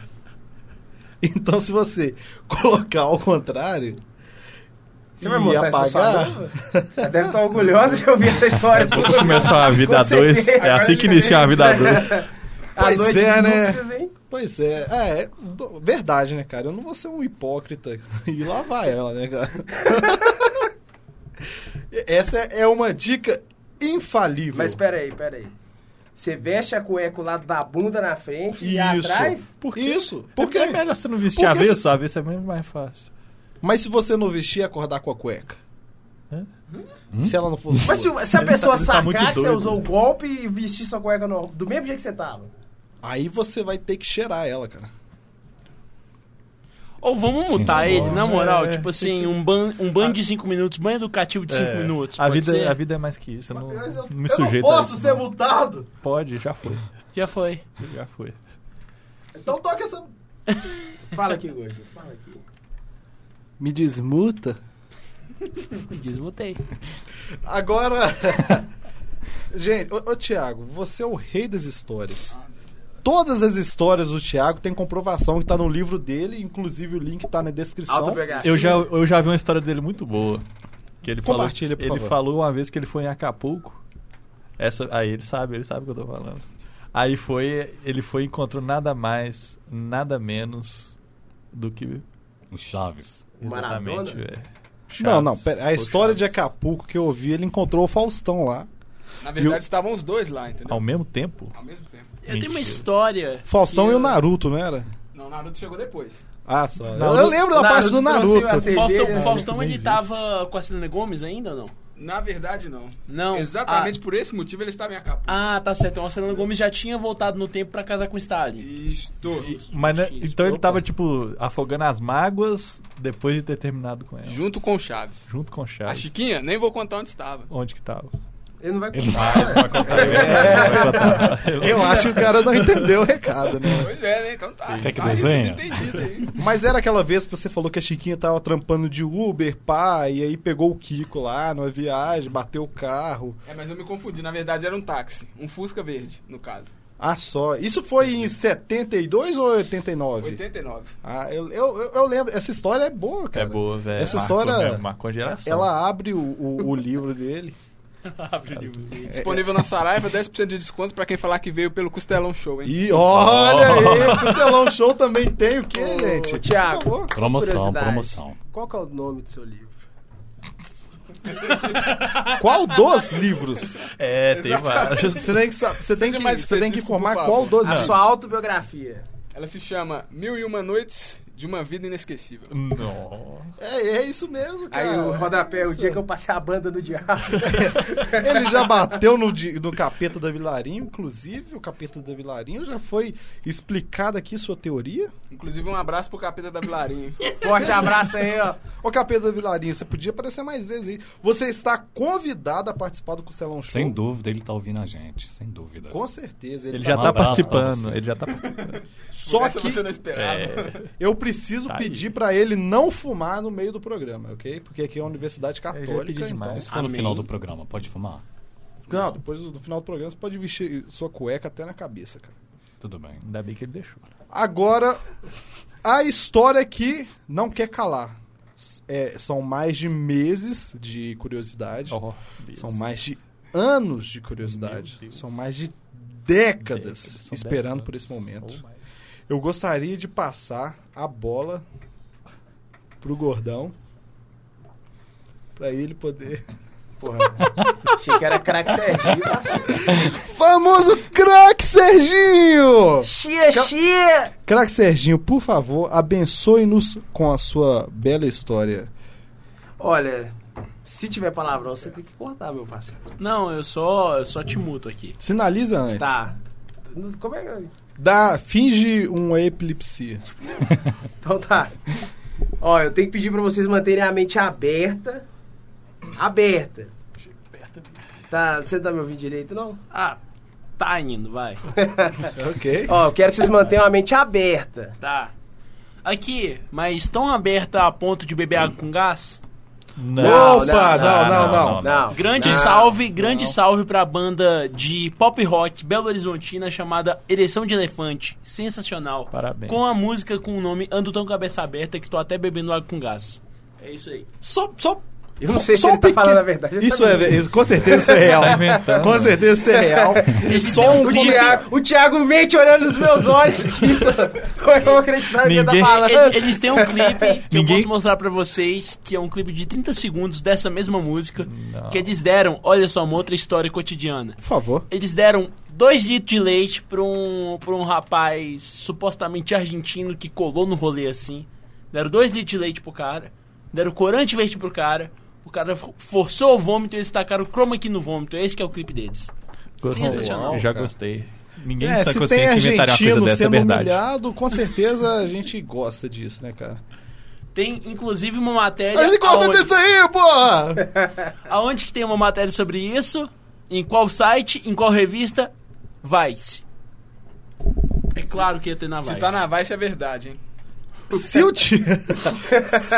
[SPEAKER 3] Então, se você (laughs) colocar ao contrário.
[SPEAKER 5] Você vai
[SPEAKER 3] e
[SPEAKER 5] mostrar isso pra sua
[SPEAKER 3] apagar.
[SPEAKER 5] noiva? Ela deve estar orgulhosa de ouvir essa história.
[SPEAKER 4] Vou começar a vida a
[SPEAKER 5] Com
[SPEAKER 4] dois.
[SPEAKER 5] certeza.
[SPEAKER 4] É assim que inicia a vida a dois.
[SPEAKER 5] A
[SPEAKER 3] Pois
[SPEAKER 5] noite
[SPEAKER 3] é,
[SPEAKER 5] de
[SPEAKER 3] né?
[SPEAKER 5] núpcias, hein?
[SPEAKER 3] Pois é, é, é do- verdade, né, cara? Eu não vou ser um hipócrita (laughs) e lavar ela, né, cara? (laughs) Essa é uma dica infalível.
[SPEAKER 5] Mas peraí, peraí. Você veste a cueca o lado da bunda na frente e
[SPEAKER 3] Isso.
[SPEAKER 5] atrás?
[SPEAKER 4] Por quê?
[SPEAKER 3] Isso.
[SPEAKER 4] Por que é melhor você não vestir
[SPEAKER 3] Por que
[SPEAKER 4] avesso? Avesso é mesmo mais fácil.
[SPEAKER 3] Mas se você não vestir, acordar com a cueca? Hum?
[SPEAKER 4] Hã?
[SPEAKER 3] Se ela não for sua.
[SPEAKER 5] Mas se, se a
[SPEAKER 4] Ele tá-
[SPEAKER 5] pessoa
[SPEAKER 4] ele tá
[SPEAKER 5] sacar
[SPEAKER 4] muito
[SPEAKER 5] que você
[SPEAKER 4] doido.
[SPEAKER 5] usou o golpe e vestir sua cueca no, do mesmo jeito que você tava.
[SPEAKER 3] Aí você vai ter que cheirar ela, cara.
[SPEAKER 2] Ou vamos mutar ele, na
[SPEAKER 4] Nossa,
[SPEAKER 2] moral.
[SPEAKER 4] é.
[SPEAKER 2] Tipo assim, um ban, um ban de 5 minutos, ban educativo de 5
[SPEAKER 4] É,
[SPEAKER 2] minutos.
[SPEAKER 4] A
[SPEAKER 2] pode
[SPEAKER 4] vida,
[SPEAKER 2] ser?
[SPEAKER 4] a vida é mais que isso. Eu não, não me
[SPEAKER 3] eu não
[SPEAKER 4] sujeito. a
[SPEAKER 3] posso
[SPEAKER 4] isso,
[SPEAKER 3] ser
[SPEAKER 4] não.
[SPEAKER 3] multado!
[SPEAKER 4] Pode, já foi.
[SPEAKER 2] Já foi.
[SPEAKER 4] Já foi.
[SPEAKER 3] Então toca essa.
[SPEAKER 5] Fala aqui, Gordo. Fala aqui.
[SPEAKER 3] Me desmuta?
[SPEAKER 2] Desmutei.
[SPEAKER 3] Agora. (laughs) Gente, ô, ô Tiago, você é o rei das histórias. Todas as histórias do Tiago tem comprovação que tá no livro dele, inclusive o link tá na descrição.
[SPEAKER 4] (laughs)
[SPEAKER 5] Autobiografia.
[SPEAKER 4] Eu já, eu já vi uma história dele muito boa. Que ele falou,
[SPEAKER 3] Compartilha, por
[SPEAKER 4] Ele
[SPEAKER 3] favor.
[SPEAKER 4] falou uma vez que ele foi em Acapulco. Essa, aí ele sabe, ele sabe o que eu tô falando. Aí foi, ele foi e encontrou nada mais, nada menos do que
[SPEAKER 1] O Chaves.
[SPEAKER 5] Maradona?
[SPEAKER 4] exatamente, é, velho.
[SPEAKER 3] Não,
[SPEAKER 4] Chaves.
[SPEAKER 3] não, pera, a
[SPEAKER 4] O
[SPEAKER 3] história de
[SPEAKER 4] Chaves.
[SPEAKER 3] Acapulco que eu ouvi, ele encontrou o Faustão lá.
[SPEAKER 6] Na verdade,
[SPEAKER 3] Eu-
[SPEAKER 6] estavam os dois lá, entendeu?
[SPEAKER 4] Ao mesmo tempo?
[SPEAKER 6] Ao mesmo tempo.
[SPEAKER 2] Eu tenho
[SPEAKER 4] Mentira.
[SPEAKER 2] uma história.
[SPEAKER 3] Faustão
[SPEAKER 2] que
[SPEAKER 3] e o
[SPEAKER 2] eu-
[SPEAKER 3] Naruto, não era?
[SPEAKER 6] Não, Naruto chegou depois.
[SPEAKER 3] Ah, só. Eu- eu
[SPEAKER 4] Naruto-
[SPEAKER 3] lembro da parte do
[SPEAKER 5] Naruto trouxe
[SPEAKER 3] Naruto.
[SPEAKER 5] uma cerveja.
[SPEAKER 2] Faustão,
[SPEAKER 5] Ele-
[SPEAKER 2] Faustão
[SPEAKER 4] ele
[SPEAKER 2] ele
[SPEAKER 4] existe.
[SPEAKER 2] tava com a Selena Gomes ainda ou não?
[SPEAKER 6] Na verdade, não.
[SPEAKER 2] Não.
[SPEAKER 6] Exatamente por esse motivo ele estava em Acapulco.
[SPEAKER 2] Ah, ah, tá certo. Então a Selena Gomes já tinha voltado no tempo pra casar com o Stalin.
[SPEAKER 6] Isto.
[SPEAKER 4] Mas, né,
[SPEAKER 2] Justiça.
[SPEAKER 4] então ele tava, tipo, afogando as mágoas depois de ter terminado com ela.
[SPEAKER 6] Junto com o Chaves.
[SPEAKER 4] Junto com o Chaves.
[SPEAKER 6] A Chiquinha, nem vou contar onde estava.
[SPEAKER 4] Onde que tava?
[SPEAKER 5] Ele não vai
[SPEAKER 1] Ele
[SPEAKER 5] contar. né?
[SPEAKER 3] (laughs)
[SPEAKER 4] (laughs)
[SPEAKER 3] Eu
[SPEAKER 4] É
[SPEAKER 3] acho que o cara não entendeu o recado, né?
[SPEAKER 6] Pois é, né? Então tá.
[SPEAKER 1] Quer que
[SPEAKER 6] tá
[SPEAKER 1] desenha?
[SPEAKER 6] subentendido aí.
[SPEAKER 3] Mas era aquela vez que você falou que a Chiquinha tava trampando de Uber, pá, e aí pegou o Kiko lá numa viagem, bateu o carro.
[SPEAKER 6] É, mas eu me confundi. Na verdade, era um táxi. Um Fusca verde, no caso.
[SPEAKER 3] Ah, só. Isso foi em 72 ou 89?
[SPEAKER 6] 89.
[SPEAKER 3] Ah, eu, eu, eu- eu lembro. Essa história é boa, cara.
[SPEAKER 4] é boa, velho. é
[SPEAKER 3] essa
[SPEAKER 4] Marcou
[SPEAKER 3] história-
[SPEAKER 4] mesmo, Marcou a geração.
[SPEAKER 3] Ela abre o, o- o livro dele.
[SPEAKER 2] Abre o livro dele.
[SPEAKER 6] Disponível na Saraiva, 10% de desconto pra quem falar que veio pelo Costelão Show, hein?
[SPEAKER 3] E olha aí, o Costelão Show também tem o quê,
[SPEAKER 5] Ô,
[SPEAKER 3] gente? Por
[SPEAKER 5] Thiago.
[SPEAKER 3] favor.
[SPEAKER 1] Promoção,
[SPEAKER 5] Curiosidade.
[SPEAKER 1] promoção.
[SPEAKER 5] Qual que é o nome do seu livro?
[SPEAKER 3] Qual dos livros?
[SPEAKER 4] É, tem várias.
[SPEAKER 3] Você tem que, sa- você tem
[SPEAKER 6] Seja
[SPEAKER 3] que,
[SPEAKER 6] mais
[SPEAKER 3] você tem que
[SPEAKER 6] específico,
[SPEAKER 3] informar
[SPEAKER 6] por favor.
[SPEAKER 3] qual
[SPEAKER 4] Ah.
[SPEAKER 3] dos
[SPEAKER 5] A
[SPEAKER 3] livros.
[SPEAKER 5] sua autobiografia.
[SPEAKER 6] Ela se chama Mil e Uma Noites de Uma Vida Inesquecível.
[SPEAKER 4] Não.
[SPEAKER 3] É, é isso mesmo, cara.
[SPEAKER 5] Aí o rodapé, o
[SPEAKER 3] Isso.
[SPEAKER 5] dia que eu passei a banda do diabo.
[SPEAKER 3] (laughs) Ele já bateu no, di- no capeta da Vilarinho, inclusive. O capeta da Vilarinho já foi explicada aqui sua teoria.
[SPEAKER 6] Inclusive, um abraço pro capeta da Vilarinho.
[SPEAKER 5] Forte abraço aí, ó.
[SPEAKER 3] Ô, capeta da Vilarinho, você podia aparecer mais vezes aí. Você está convidado a participar do Costelão Show.
[SPEAKER 1] Sem dúvida ele tá ouvindo a gente, sem dúvida.
[SPEAKER 3] Com certeza.
[SPEAKER 4] Ele
[SPEAKER 3] tá
[SPEAKER 4] já
[SPEAKER 1] Um
[SPEAKER 4] tá
[SPEAKER 1] abraço pra
[SPEAKER 4] participando.
[SPEAKER 1] você.
[SPEAKER 4] Ele já tá participando.
[SPEAKER 3] Só
[SPEAKER 6] Essa
[SPEAKER 3] que
[SPEAKER 6] você não esperava.
[SPEAKER 4] É,
[SPEAKER 3] eu preciso
[SPEAKER 4] Tá aí.
[SPEAKER 3] pedir pra ele não fumar no meio do programa, ok? Porque aqui é a Universidade
[SPEAKER 4] ia
[SPEAKER 3] Católica,
[SPEAKER 4] pedir
[SPEAKER 3] então...
[SPEAKER 4] demais.
[SPEAKER 1] Isso foi no
[SPEAKER 6] Amém.
[SPEAKER 1] final do programa, pode fumar?
[SPEAKER 3] Não, depois do do final do programa você pode vestir sua cueca até na cabeça, cara.
[SPEAKER 1] Tudo bem.
[SPEAKER 4] ainda bem que ele deixou.
[SPEAKER 3] Agora, a história que não quer calar. S- é, são mais de meses de curiosidade.
[SPEAKER 4] Ó,
[SPEAKER 3] são mais de anos de curiosidade. São mais de décadas,
[SPEAKER 4] Décadas, É, Oh. são dez
[SPEAKER 3] esperando
[SPEAKER 4] anos.
[SPEAKER 3] por esse momento.
[SPEAKER 4] Ou mais.
[SPEAKER 3] Eu gostaria de passar a bola pro gordão. Pra ele poder. (laughs)
[SPEAKER 5] Achei que era craque Serginho.
[SPEAKER 3] Famoso craque Serginho!
[SPEAKER 5] Chia, chia!
[SPEAKER 3] Craque Serginho, por favor, abençoe-nos com a sua bela história.
[SPEAKER 5] Olha, se tiver palavrão, você tem que cortar, meu parceiro.
[SPEAKER 2] Não, eu só, eu só te muto aqui.
[SPEAKER 3] Sinaliza antes.
[SPEAKER 5] Tá. Como é que...
[SPEAKER 3] Dá, finge uma epilepsia.
[SPEAKER 5] Então tá. Ó, eu tenho que pedir pra vocês manterem a mente aberta. Aberta. Tá, você não tá me ouvindo direito, não?
[SPEAKER 2] Ah, tá indo, vai.
[SPEAKER 3] ok.
[SPEAKER 5] Ó, eu quero que vocês mantenham a mente aberta.
[SPEAKER 2] Tá. Aqui, mas tão aberta a ponto de beber água com gás?
[SPEAKER 4] Não,
[SPEAKER 3] Opa, não, não, não.
[SPEAKER 5] Não.
[SPEAKER 2] Grande
[SPEAKER 5] Não.
[SPEAKER 2] salve, grande salve pra banda de pop rock Belo Horizontina chamada Ereção de Elefante. Sensacional.
[SPEAKER 4] Parabéns.
[SPEAKER 2] Com a música com o nome Ando Tão Cabeça Aberta que tô até bebendo água com gás. É isso aí.
[SPEAKER 3] Só, só,
[SPEAKER 5] Eu não sei se
[SPEAKER 3] só
[SPEAKER 5] ele
[SPEAKER 3] um
[SPEAKER 5] tá
[SPEAKER 3] pequeno-
[SPEAKER 5] falando a verdade. Ele
[SPEAKER 3] Isso
[SPEAKER 5] tá
[SPEAKER 3] é,
[SPEAKER 5] mentindo.
[SPEAKER 3] isso- com certeza isso é real.
[SPEAKER 4] Tá inventando. né?
[SPEAKER 3] com certeza isso é real. E só um
[SPEAKER 5] O Thiago, o Thiago mente olhando nos meus olhos aqui. só- Como é que eu vou acreditar no que ele tá
[SPEAKER 4] Ninguém-
[SPEAKER 5] falando?
[SPEAKER 2] E- Eles têm um clipe que eu
[SPEAKER 4] Ninguém-
[SPEAKER 2] posso mostrar pra vocês, que é um clipe de 30 segundos dessa mesma música, que eles deram, olha só, uma outra história cotidiana.
[SPEAKER 3] Por favor.
[SPEAKER 2] Eles deram dois litros de leite pra um, pra um rapaz supostamente argentino que colou no rolê assim. Deram dois litros de leite pro cara, deram corante verde pro cara, o cara fo- forçou o vômito e eles tacaram o chroma aqui no vômito. Esse que é o clipe deles.
[SPEAKER 4] Gostei.
[SPEAKER 2] Sensacional.
[SPEAKER 4] Já gostei. Ninguém
[SPEAKER 3] É,
[SPEAKER 4] sem
[SPEAKER 3] se tem
[SPEAKER 4] consciência inventaria uma coisa
[SPEAKER 3] argentino
[SPEAKER 4] dessa, é
[SPEAKER 3] sendo
[SPEAKER 4] verdade.
[SPEAKER 3] humilhado, com certeza a gente gosta disso, né, cara?
[SPEAKER 2] Tem inclusive uma matéria.
[SPEAKER 5] é
[SPEAKER 3] Mas e gosta
[SPEAKER 2] aonde-
[SPEAKER 3] disso aí, porra!
[SPEAKER 2] Aonde que tem uma matéria sobre isso? Em qual site? Em qual revista? Vice. É claro que ia ter na Vice.
[SPEAKER 6] Se tá na Vice, é verdade, hein?
[SPEAKER 3] (laughs) se, o ti-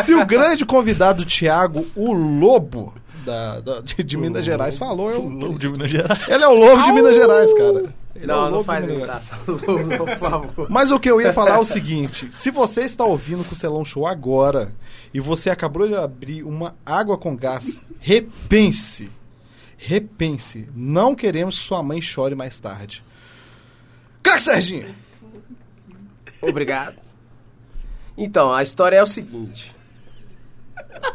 [SPEAKER 3] se o grande convidado Thiago, o Lobo, da, da- de, de Minas Gerais falou.
[SPEAKER 4] O
[SPEAKER 3] Eu,
[SPEAKER 4] lobo de Minas Gerais.
[SPEAKER 3] ele é o lobo de Minas Gerais, cara. Ele é o
[SPEAKER 5] Não,
[SPEAKER 3] lobo
[SPEAKER 5] não
[SPEAKER 3] de
[SPEAKER 5] faz
[SPEAKER 3] Minas Gerais.
[SPEAKER 5] imitação do lobo, não, por favor.
[SPEAKER 3] Mas o que eu ia falar
[SPEAKER 2] (laughs)
[SPEAKER 3] é o seguinte: se você está ouvindo o Costelão Show agora e você acabou de abrir uma água com gás, repense. Repense. Não queremos que sua mãe chore mais tarde. Crack Serginho!
[SPEAKER 5] Obrigado. Então, a história é o seguinte.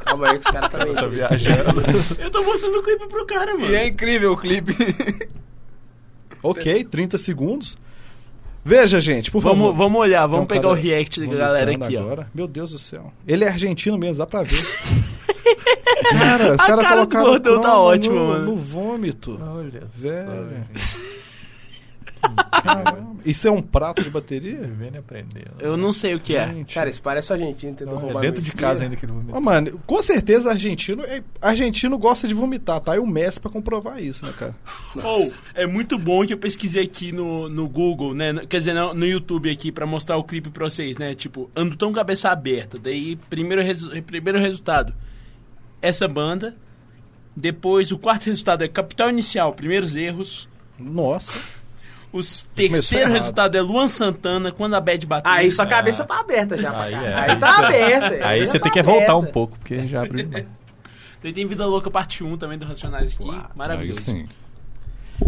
[SPEAKER 5] Calma aí que os caras estão
[SPEAKER 4] Tá
[SPEAKER 5] indo.
[SPEAKER 4] viajando.
[SPEAKER 2] Eu tô mostrando o clipe pro cara, mano.
[SPEAKER 6] E é incrível o clipe.
[SPEAKER 3] Ok, 30 segundos. Veja, gente, por favor.
[SPEAKER 2] Vamos, vamos olhar, vamos
[SPEAKER 3] Tem um
[SPEAKER 2] pegar o
[SPEAKER 3] cara
[SPEAKER 2] react da galera
[SPEAKER 3] vomitando
[SPEAKER 2] aqui, ó.
[SPEAKER 3] agora. Meu Deus do céu. Ele é argentino mesmo, dá
[SPEAKER 2] (laughs)
[SPEAKER 3] pra ver. cara, os
[SPEAKER 2] A
[SPEAKER 3] caras
[SPEAKER 2] cara do
[SPEAKER 3] colocaram
[SPEAKER 2] gordão tá
[SPEAKER 3] cromo
[SPEAKER 2] ótima,
[SPEAKER 3] no,
[SPEAKER 2] mano.
[SPEAKER 3] no vômito.
[SPEAKER 4] Olha só,
[SPEAKER 3] Velho.
[SPEAKER 4] gente.
[SPEAKER 3] Caramba. Isso é um prato de bateria?
[SPEAKER 4] Vivendo e aprendendo.
[SPEAKER 2] Eu não sei o que é.
[SPEAKER 3] Gente.
[SPEAKER 5] Cara, isso parece o argentino tentando
[SPEAKER 4] Olha,
[SPEAKER 5] roubar
[SPEAKER 4] É Então, dentro
[SPEAKER 5] meu
[SPEAKER 4] de
[SPEAKER 5] isqueiro.
[SPEAKER 4] casa ainda que ele
[SPEAKER 3] Ó,
[SPEAKER 4] vomitou.
[SPEAKER 3] mano, com certeza argentino, é- argentino gosta de vomitar, tá? E o Messi pra comprovar isso, né, cara?
[SPEAKER 2] Ou, é muito bom que eu pesquisei aqui no, no Google, né? no- Quer dizer, no, no YouTube aqui, pra mostrar o clipe pra vocês, né? Tipo, ando tão cabeça aberta. Daí, primeiro, resu- primeiro resultado, essa banda. Depois, o quarto resultado é Capital Inicial, primeiros erros.
[SPEAKER 3] Nossa.
[SPEAKER 2] O
[SPEAKER 3] Começou
[SPEAKER 2] terceiro
[SPEAKER 3] errado.
[SPEAKER 2] resultado é Luan Santana, quando a Bad bateu.
[SPEAKER 5] Aí sua cabeça tá aberta já. pra
[SPEAKER 4] Ah. Aí
[SPEAKER 5] cá.
[SPEAKER 4] é,
[SPEAKER 5] aí
[SPEAKER 4] aí
[SPEAKER 5] tá
[SPEAKER 4] você-
[SPEAKER 5] aberta.
[SPEAKER 4] Aí você
[SPEAKER 5] já
[SPEAKER 4] tem
[SPEAKER 5] tá
[SPEAKER 4] que voltar um
[SPEAKER 5] aberta.
[SPEAKER 4] pouco, porque já abriu. mão.
[SPEAKER 2] Ah. Daí tem Vida Louca Parte 1 também do Racionais aqui.
[SPEAKER 1] Aí
[SPEAKER 2] Maravilhoso.
[SPEAKER 1] sim.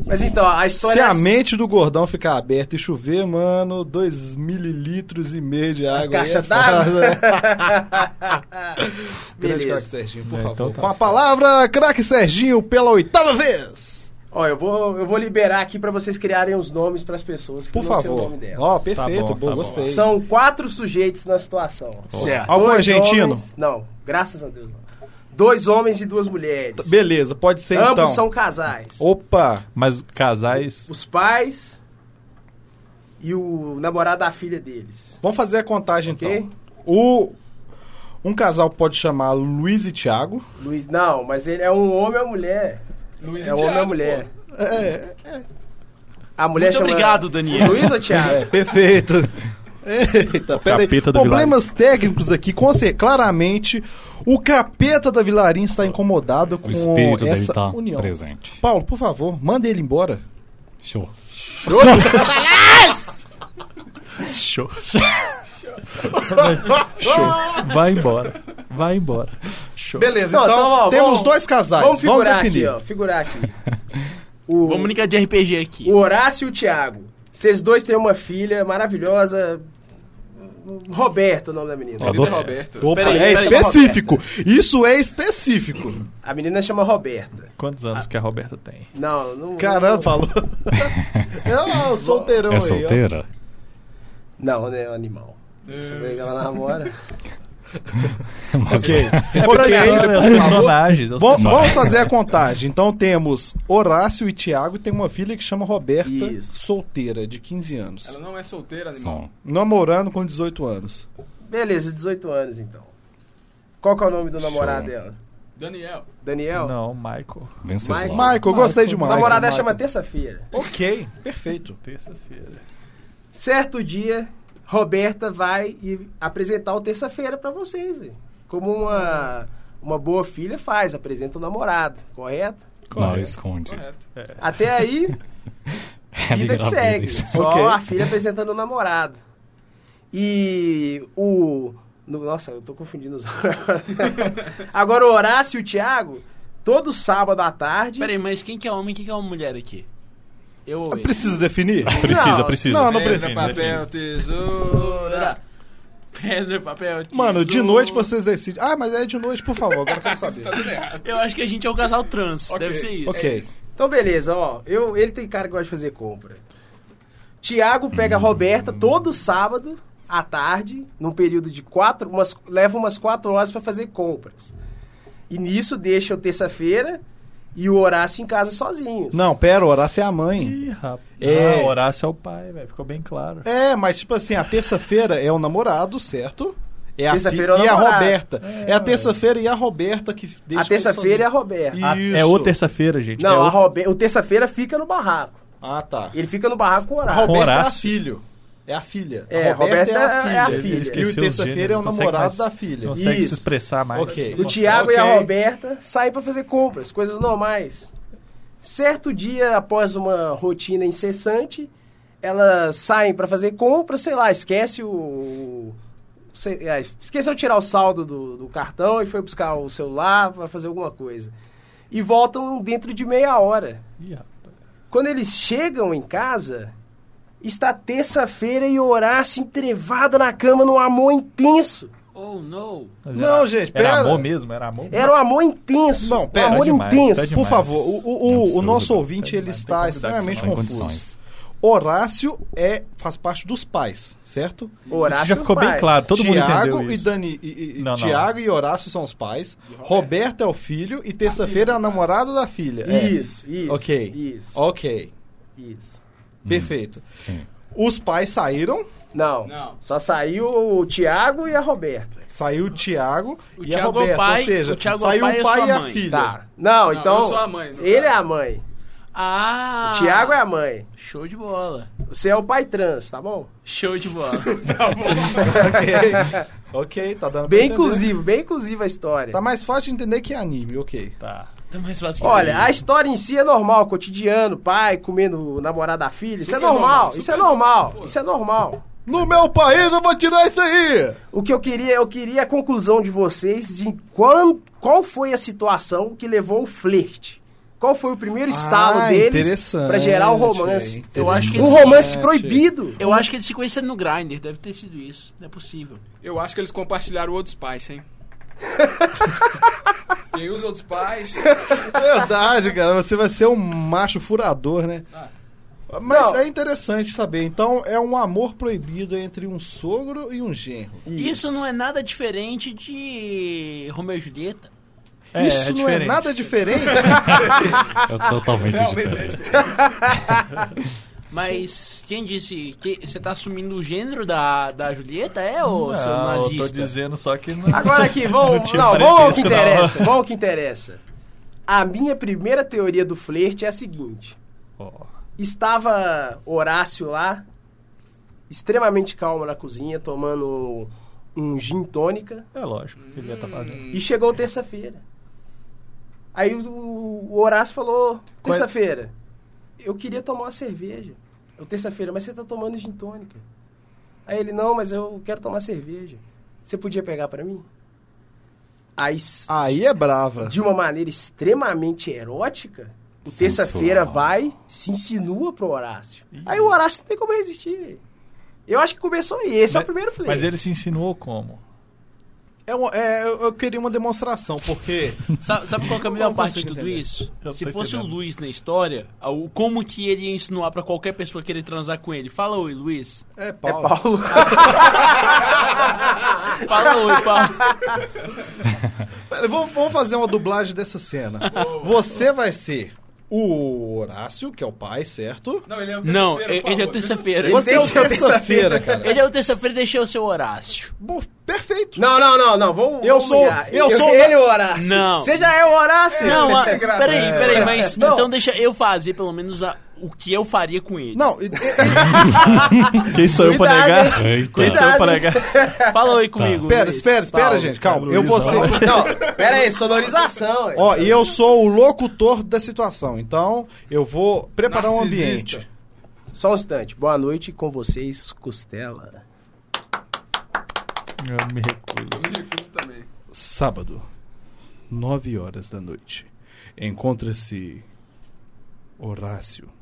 [SPEAKER 5] Mas então, a história
[SPEAKER 3] Se
[SPEAKER 5] é
[SPEAKER 3] a
[SPEAKER 5] assim.
[SPEAKER 3] mente do gordão ficar aberta e chover, mano, dois mililitros e meio de água. aí
[SPEAKER 5] caixa
[SPEAKER 3] é fácil, né? Grande craque
[SPEAKER 5] (laughs) Beleza.
[SPEAKER 3] Serginho, por
[SPEAKER 4] É,
[SPEAKER 3] favor.
[SPEAKER 4] então tá
[SPEAKER 3] Com a
[SPEAKER 4] certo.
[SPEAKER 3] palavra, craque Serginho, pela oitava vez.
[SPEAKER 5] Ó, eu vou, eu vou liberar aqui pra vocês criarem os nomes pras pessoas. porque
[SPEAKER 3] Por
[SPEAKER 5] eu não sei o
[SPEAKER 3] favor.
[SPEAKER 5] nome delas.
[SPEAKER 3] Ó, perfeito,
[SPEAKER 4] Tá bom,
[SPEAKER 3] bom,
[SPEAKER 4] tá
[SPEAKER 3] gostei.
[SPEAKER 5] São quatro sujeitos na situação.
[SPEAKER 2] Certo.
[SPEAKER 3] Algum
[SPEAKER 5] Dois
[SPEAKER 3] argentino?
[SPEAKER 5] homens- não, graças a Deus não. Dois homens e duas
[SPEAKER 4] Tá,
[SPEAKER 5] mulheres.
[SPEAKER 3] Beleza, pode ser
[SPEAKER 5] Ambos
[SPEAKER 3] então.
[SPEAKER 5] são casais.
[SPEAKER 3] Opa,
[SPEAKER 4] Mas casais.
[SPEAKER 5] Os pais e o namorado da filha deles.
[SPEAKER 3] vamos fazer a contagem
[SPEAKER 5] Ok?
[SPEAKER 3] então. O, um casal pode chamar Luiz e Thiago.
[SPEAKER 5] Luiz, não, mas ele é um homem ou mulher?
[SPEAKER 6] Luiz
[SPEAKER 5] é
[SPEAKER 6] e
[SPEAKER 5] um homem
[SPEAKER 6] Thiago,
[SPEAKER 5] ou mulher?
[SPEAKER 3] É,
[SPEAKER 5] A mulher
[SPEAKER 2] Muito
[SPEAKER 5] chama...
[SPEAKER 2] obrigado, Daniel. (laughs)
[SPEAKER 5] Luiz ou Thiago?
[SPEAKER 3] É, perfeito. (laughs) Eita, peraí.
[SPEAKER 4] capeta do
[SPEAKER 3] Problemas técnicos aqui, com cer- claramente, o capeta da Vilarim está incomodado com
[SPEAKER 1] O espírito dele
[SPEAKER 3] essa
[SPEAKER 1] tá
[SPEAKER 3] união.
[SPEAKER 1] presente.
[SPEAKER 3] Paulo, por favor, manda ele embora.
[SPEAKER 1] Show.
[SPEAKER 4] Show. Show.
[SPEAKER 3] Ah!
[SPEAKER 4] Vai embora. Vai embora. Show.
[SPEAKER 3] Beleza,
[SPEAKER 5] Não,
[SPEAKER 3] então,
[SPEAKER 5] então, ó,
[SPEAKER 3] temos
[SPEAKER 5] vamos-
[SPEAKER 3] dois casais.
[SPEAKER 5] Vamos
[SPEAKER 3] Vamos,
[SPEAKER 5] figurar aqui,
[SPEAKER 3] definir.
[SPEAKER 5] ó. Figurar aqui. O,
[SPEAKER 2] Vamos brincar de RPG
[SPEAKER 5] o
[SPEAKER 2] aqui.
[SPEAKER 5] Horácio e o Thiago. Vocês dois têm uma filha maravilhosa. Roberto, é o nome da menina.
[SPEAKER 4] Ó, Alô?
[SPEAKER 6] Vitor tá Roberto.
[SPEAKER 3] Opa,
[SPEAKER 2] Peraí,
[SPEAKER 3] é
[SPEAKER 2] peraí,
[SPEAKER 3] específico. Isso é específico.
[SPEAKER 5] A menina chama Roberta.
[SPEAKER 4] Quantos anos que a Roberta tem?
[SPEAKER 5] Não, não.
[SPEAKER 1] (laughs)
[SPEAKER 3] Caramba, falou. é o solteirão
[SPEAKER 1] É
[SPEAKER 3] aí. ó.
[SPEAKER 1] solteira?
[SPEAKER 5] Não, né? Animal. Você
[SPEAKER 6] É.
[SPEAKER 5] vê que ela namora.
[SPEAKER 1] Mas é
[SPEAKER 3] Ok.
[SPEAKER 4] Cara, é os
[SPEAKER 3] ok.
[SPEAKER 4] personagens. é os
[SPEAKER 3] Vamos,
[SPEAKER 4] personagens.
[SPEAKER 3] vamos fazer a contagem. Então temos Horácio e Tiago. Tem uma filha que chama Roberta,
[SPEAKER 5] Isso.
[SPEAKER 3] solteira, de 15 anos.
[SPEAKER 6] Ela não é solteira, animal.
[SPEAKER 1] Som.
[SPEAKER 3] Namorando com 18 anos.
[SPEAKER 5] Beleza, 18 anos então. Qual que é o nome do namorado
[SPEAKER 1] Show.
[SPEAKER 5] dela?
[SPEAKER 6] Daniel.
[SPEAKER 5] Daniel?
[SPEAKER 4] Não, Michael.
[SPEAKER 1] Venceslau.
[SPEAKER 3] Michael, é- eu gostei
[SPEAKER 5] O
[SPEAKER 3] demais.
[SPEAKER 5] namorado dela
[SPEAKER 4] Michael.
[SPEAKER 5] chama Terça-feira.
[SPEAKER 3] Ok, perfeito.
[SPEAKER 4] Terça-feira.
[SPEAKER 5] Certo dia, Roberta vai e apresentar o Terça-feira pra vocês. hein? Como uma, uma boa filha faz, apresenta o namorado, correto?
[SPEAKER 1] Não, esconde. É
[SPEAKER 6] Correto.
[SPEAKER 5] Até aí,
[SPEAKER 4] (laughs) É
[SPEAKER 5] vida que segue.
[SPEAKER 1] Admiráveis.
[SPEAKER 5] Só
[SPEAKER 3] Ok.
[SPEAKER 5] a filha apresentando o namorado. E o. no- Nossa, eu tô confundindo os (laughs) nomes agora. Agora o Horácio e o Thiago, todo sábado à tarde.
[SPEAKER 2] Peraí, mas quem que é homem e quem que é uma mulher aqui? Eu ou ele? (laughs)
[SPEAKER 3] Precisa
[SPEAKER 5] (laughs)
[SPEAKER 3] definir?
[SPEAKER 4] Precisa,
[SPEAKER 5] Não,
[SPEAKER 4] precisa.
[SPEAKER 3] não, não
[SPEAKER 6] Pedra,
[SPEAKER 4] prefiro,
[SPEAKER 6] papel, tesoura.
[SPEAKER 2] Tesoura. Pedra, papel, tesoura.
[SPEAKER 3] Mano, de noite vocês decidem. Ah, mas é de noite, por favor, agora eu quero
[SPEAKER 5] (laughs)
[SPEAKER 6] Tá
[SPEAKER 3] saber.
[SPEAKER 6] tudo errado.
[SPEAKER 2] Eu acho que a gente é o casal trans,
[SPEAKER 6] Ok,
[SPEAKER 2] deve ser isso.
[SPEAKER 3] Ok.
[SPEAKER 5] Então, beleza, ó. Eu, ele tem cara que gosta de fazer compra. Tiago pega a Roberta
[SPEAKER 3] Hum.
[SPEAKER 5] todo sábado à tarde, num período de quatro, umas, leva umas quatro horas pra fazer compras. E nisso deixa o terça-feira e o Horácio em casa sozinhos.
[SPEAKER 3] Não, pera, Horácio é a mãe.
[SPEAKER 4] Ih, rapaz.
[SPEAKER 3] É.
[SPEAKER 4] Ah, Horácio é o pai, velho. Ficou bem claro.
[SPEAKER 3] É, mas tipo assim, a terça-feira é o namorado, certo? É a fi-
[SPEAKER 5] Terça-feira é o
[SPEAKER 3] e a
[SPEAKER 5] namorado.
[SPEAKER 3] Roberta. É, a terça-feira e a Roberta que deixa
[SPEAKER 5] a terça-feira é a
[SPEAKER 3] ele sozinho.
[SPEAKER 5] Roberta.
[SPEAKER 3] E-
[SPEAKER 4] Ah, É
[SPEAKER 3] Isso.
[SPEAKER 4] o terça-feira, gente.
[SPEAKER 5] Não,
[SPEAKER 4] é
[SPEAKER 5] a
[SPEAKER 4] o...
[SPEAKER 5] Roberta. O terça-feira fica no barraco.
[SPEAKER 3] Ah, tá.
[SPEAKER 5] Ele fica no barraco com o
[SPEAKER 3] A
[SPEAKER 5] Horácio.
[SPEAKER 3] Roberta é a
[SPEAKER 4] Horácio.
[SPEAKER 3] filho. É a filha.
[SPEAKER 5] É,
[SPEAKER 3] a Roberta, é a
[SPEAKER 5] Ele-
[SPEAKER 3] filha.
[SPEAKER 5] ele
[SPEAKER 3] e
[SPEAKER 5] esqueceu
[SPEAKER 4] os
[SPEAKER 3] o terça-feira é o
[SPEAKER 4] gêneros, consegue
[SPEAKER 3] namorado da
[SPEAKER 4] mais-
[SPEAKER 3] filha.
[SPEAKER 4] Consegue
[SPEAKER 5] Isso.
[SPEAKER 4] se expressar mais.
[SPEAKER 3] Ok.
[SPEAKER 5] O Thiago e a
[SPEAKER 3] Ok.
[SPEAKER 5] Roberta saem para fazer compras, coisas normais. Certo dia, após uma rotina incessante, elas saem para fazer compras, sei lá, esquece o. sei- ah, esqueceu de tirar o saldo do, do cartão e foi buscar o celular para fazer alguma coisa. E voltam dentro de meia hora.
[SPEAKER 4] Ih, rapaz.
[SPEAKER 5] Quando eles chegam em casa, está terça-feira e Horácio entrevado na cama num amor intenso.
[SPEAKER 2] Oh, no.
[SPEAKER 4] Mas
[SPEAKER 3] Não,
[SPEAKER 4] era-
[SPEAKER 3] gente,
[SPEAKER 4] Era
[SPEAKER 3] pera.
[SPEAKER 4] amor mesmo? Era amor?
[SPEAKER 5] Era um amor intenso.
[SPEAKER 3] Não, pera,
[SPEAKER 5] um amor
[SPEAKER 4] tá demais,
[SPEAKER 5] intenso.
[SPEAKER 4] tá demais.
[SPEAKER 3] Por favor, o, o- o- o
[SPEAKER 4] Absurdo,
[SPEAKER 3] nosso
[SPEAKER 4] tá
[SPEAKER 3] ouvinte ele
[SPEAKER 4] demais.
[SPEAKER 3] está
[SPEAKER 4] Tem convidado que
[SPEAKER 3] extremamente
[SPEAKER 4] você não
[SPEAKER 1] Sem
[SPEAKER 3] Tá confuso.
[SPEAKER 1] condições.
[SPEAKER 3] Horácio é, faz parte dos pais, certo?
[SPEAKER 5] Horácio
[SPEAKER 4] Isso já ficou bem
[SPEAKER 5] Paz.
[SPEAKER 4] claro, todo mundo
[SPEAKER 3] Tiago
[SPEAKER 4] entendeu
[SPEAKER 3] e
[SPEAKER 4] isso.
[SPEAKER 3] Dani, e, e-
[SPEAKER 4] Não, não.
[SPEAKER 3] Tiago e Horácio são os pais. Roberto é o filho e terça-feira é a namorada da filha. É.
[SPEAKER 5] Isso, isso.
[SPEAKER 3] Ok.
[SPEAKER 5] Isso,
[SPEAKER 3] Ok.
[SPEAKER 5] isso.
[SPEAKER 4] Uhum.
[SPEAKER 3] Perfeito.
[SPEAKER 1] Sim.
[SPEAKER 3] Os pais saíram,
[SPEAKER 5] Não,
[SPEAKER 6] Não.
[SPEAKER 5] só saiu o Thiago e a Roberta.
[SPEAKER 3] saiu o Tiago
[SPEAKER 2] O
[SPEAKER 3] e
[SPEAKER 2] Tiago é
[SPEAKER 3] a
[SPEAKER 2] o
[SPEAKER 3] Roberta,
[SPEAKER 2] pai,
[SPEAKER 3] ou seja,
[SPEAKER 2] o Tiago é o
[SPEAKER 3] saiu
[SPEAKER 2] pai e
[SPEAKER 3] o
[SPEAKER 2] a
[SPEAKER 3] pai
[SPEAKER 2] sua
[SPEAKER 3] e a
[SPEAKER 2] mãe.
[SPEAKER 3] filha.
[SPEAKER 5] Tá. Não,
[SPEAKER 6] Não,
[SPEAKER 5] então...
[SPEAKER 6] eu sou a mãe, no
[SPEAKER 5] Ele é
[SPEAKER 6] caso.
[SPEAKER 5] a mãe.
[SPEAKER 2] Ah!
[SPEAKER 5] O Thiago é a mãe.
[SPEAKER 2] Show de bola.
[SPEAKER 5] Você é o pai trans, tá bom?
[SPEAKER 2] Show de bola.
[SPEAKER 3] (laughs) ok. Ok, tá dando pra
[SPEAKER 5] Bem
[SPEAKER 3] entender.
[SPEAKER 5] inclusivo, bem inclusiva a história.
[SPEAKER 3] Tá mais fácil de entender que é anime, ok.
[SPEAKER 4] Tá.
[SPEAKER 2] tá mais fácil que
[SPEAKER 5] Olha,
[SPEAKER 2] eu.
[SPEAKER 5] a história em si é normal, cotidiano, pai comendo o namorado da filha, isso é
[SPEAKER 6] Super normal,
[SPEAKER 5] normal,
[SPEAKER 6] super
[SPEAKER 5] isso é normal, isso é normal.
[SPEAKER 3] No meu país eu vou tirar isso aí!
[SPEAKER 5] O que eu queria, eu queria a conclusão de vocês de qual, qual foi a situação que levou o flerte. Qual foi o primeiro estalo
[SPEAKER 3] Ah,
[SPEAKER 5] deles
[SPEAKER 3] interessante,
[SPEAKER 5] pra gerar o romance?
[SPEAKER 3] é
[SPEAKER 2] Eu acho que
[SPEAKER 5] Um
[SPEAKER 2] eles-
[SPEAKER 5] romance
[SPEAKER 3] interessante.
[SPEAKER 5] proibido.
[SPEAKER 2] Eu acho que eles se conheceram no Grindr, deve ter sido isso. Não é possível.
[SPEAKER 6] Eu acho que eles compartilharam outros
[SPEAKER 7] (laughs)
[SPEAKER 6] pais, hein? e aí os
[SPEAKER 7] (laughs)
[SPEAKER 6] outros pais.
[SPEAKER 3] Verdade, cara. Você vai ser um macho furador, né?
[SPEAKER 2] Tá.
[SPEAKER 3] Mas
[SPEAKER 5] Não.
[SPEAKER 3] é interessante saber. Então, é um amor proibido entre um sogro e um genro.
[SPEAKER 2] Isso. não é nada diferente de Romeu e Julieta.
[SPEAKER 4] É,
[SPEAKER 3] Isso
[SPEAKER 4] é
[SPEAKER 3] não é
[SPEAKER 4] diferente.
[SPEAKER 3] nada diferente?
[SPEAKER 5] (laughs)
[SPEAKER 1] É totalmente
[SPEAKER 6] Realmente é
[SPEAKER 1] diferente.
[SPEAKER 2] Mas quem disse que você tá assumindo o gênero da, da Julieta, é, ô seu
[SPEAKER 4] Não, eu tô
[SPEAKER 2] nazista?
[SPEAKER 4] dizendo só que não.
[SPEAKER 5] Agora aqui, vamos,
[SPEAKER 4] tinha
[SPEAKER 5] não, vamos ao que
[SPEAKER 4] parentesco,
[SPEAKER 5] interessa,
[SPEAKER 4] não.
[SPEAKER 5] vamos ao que interessa. A minha primeira teoria do flerte é a seguinte.
[SPEAKER 4] Ó,
[SPEAKER 5] Estava Horácio lá, extremamente calmo na cozinha, tomando um gin tônica.
[SPEAKER 4] é lógico que ele ia estar fazendo.
[SPEAKER 5] E chegou terça-feira. Aí o, o Horácio falou, terça-feira, eu queria tomar uma cerveja. Eu, terça-feira, mas você tá tomando gin tônica. Aí ele, não, mas eu quero tomar cerveja. Você podia pegar pra mim? Aí, s-
[SPEAKER 3] Aí é brava.
[SPEAKER 5] de uma maneira extremamente erótica, o
[SPEAKER 1] Sensual.
[SPEAKER 5] terça-feira vai, se insinua pro Horácio. Aí o Horácio não tem como resistir, velho. Eu acho que começou aí. Esse é o
[SPEAKER 4] Mas-
[SPEAKER 5] primeiro flerte.
[SPEAKER 4] Mas ele se insinuou como?
[SPEAKER 3] É um- é, eu, eu queria uma demonstração, porque...
[SPEAKER 2] Sabe, sabe qual que é a
[SPEAKER 3] Eu
[SPEAKER 2] melhor
[SPEAKER 3] não
[SPEAKER 2] parte de
[SPEAKER 3] consigo
[SPEAKER 2] tudo
[SPEAKER 3] entender.
[SPEAKER 2] isso?
[SPEAKER 4] Eu
[SPEAKER 2] Se
[SPEAKER 4] tô
[SPEAKER 2] fosse o
[SPEAKER 4] entendendo.
[SPEAKER 2] Luiz na história, o- como que ele ia insinuar pra qualquer pessoa querer transar com ele? Fala oi, Luiz.
[SPEAKER 3] É
[SPEAKER 5] É
[SPEAKER 3] pau.
[SPEAKER 5] Paulo.
[SPEAKER 2] Fala oi, Paulo.
[SPEAKER 3] Pera, vamos, vamos fazer uma dublagem dessa cena. Você vai ser o Horácio, que é o pai, certo?
[SPEAKER 6] Não, ele é o
[SPEAKER 2] Não,
[SPEAKER 6] terça-feira, por
[SPEAKER 2] ele é o terça-feira.
[SPEAKER 3] Você é o
[SPEAKER 6] favor.
[SPEAKER 5] tem que ser
[SPEAKER 3] terça-feira, cara.
[SPEAKER 2] Ele é o terça-feira, deixei o seu Horácio.
[SPEAKER 3] Bom, perfeito.
[SPEAKER 5] Não, não, não, não. Vamos.
[SPEAKER 3] Eu
[SPEAKER 5] vamos
[SPEAKER 3] sou-
[SPEAKER 5] brigar.
[SPEAKER 3] eu sou-
[SPEAKER 5] Ele é o Horácio.
[SPEAKER 2] Não.
[SPEAKER 5] Você já é o Horácio.
[SPEAKER 2] Não, ah,
[SPEAKER 6] é engraçado.
[SPEAKER 2] peraí, peraí, mas
[SPEAKER 5] (laughs) Não.
[SPEAKER 2] então deixa eu fazer pelo menos a- o que eu faria com ele.
[SPEAKER 3] Não, e- e-
[SPEAKER 4] Quem sou eu pra
[SPEAKER 5] Cuidado,
[SPEAKER 4] negar?
[SPEAKER 5] hein?
[SPEAKER 1] Eita.
[SPEAKER 4] Quem sou eu pra
[SPEAKER 5] Cuidado.
[SPEAKER 4] negar?
[SPEAKER 2] Fala oi comigo.
[SPEAKER 3] Pera,
[SPEAKER 2] Luiz.
[SPEAKER 3] espera, espera,
[SPEAKER 5] Paulo,
[SPEAKER 3] gente, calma.
[SPEAKER 4] Luiz,
[SPEAKER 3] eu vou ser.
[SPEAKER 5] Não, pera aí, sonorização. é. ué.
[SPEAKER 3] Ó, e eu sou o locutor da situação, então eu vou preparar um
[SPEAKER 6] Narcisista.
[SPEAKER 3] ambiente.
[SPEAKER 5] Só um instante. Boa noite com vocês, Costela.
[SPEAKER 4] Eu me recuso.
[SPEAKER 6] Eu me recuso é também.
[SPEAKER 3] Sábado, 9 horas da noite. Encontra-se Horácio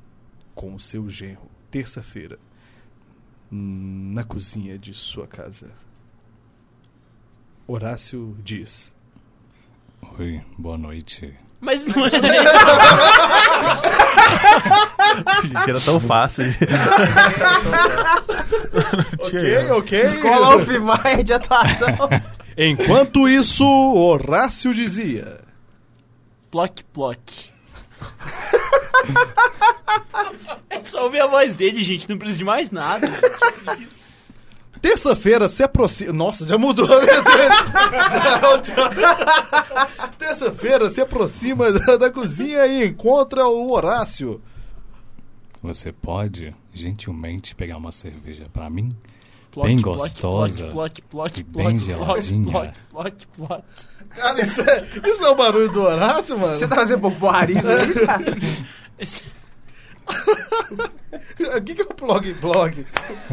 [SPEAKER 3] com o seu genro, terça-feira, na cozinha de sua casa. Horácio diz:
[SPEAKER 1] Oi, boa noite.
[SPEAKER 2] Mas não é.
[SPEAKER 4] Gente, era tão fácil. Ok,
[SPEAKER 3] ok.
[SPEAKER 5] Escola Offmire
[SPEAKER 3] (laughs)
[SPEAKER 5] de atuação.
[SPEAKER 3] Enquanto isso, Horácio dizia.
[SPEAKER 2] Ploc, ploc. (laughs) é só ouvir a voz dele, gente. Não precisa de mais nada.
[SPEAKER 3] Terça-feira se aproxima. Nossa, já mudou né? (laughs) a verdade. Já- já- Terça-feira se aproxima da, da cozinha e encontra o Horácio.
[SPEAKER 1] Você pode gentilmente pegar uma cerveja pra mim?
[SPEAKER 2] Plot,
[SPEAKER 1] Bem
[SPEAKER 2] plot,
[SPEAKER 1] gostosa
[SPEAKER 2] Plot, plot, plot,
[SPEAKER 1] e
[SPEAKER 2] plot,
[SPEAKER 1] bem
[SPEAKER 2] plot,
[SPEAKER 1] geladinha.
[SPEAKER 2] plot, plot, plot.
[SPEAKER 3] Cara, isso é, isso é o barulho do Horácio, mano?
[SPEAKER 5] Você tá fazendo pompoarismo aí, cara?
[SPEAKER 2] Esse-
[SPEAKER 3] O que, que é o blog blog?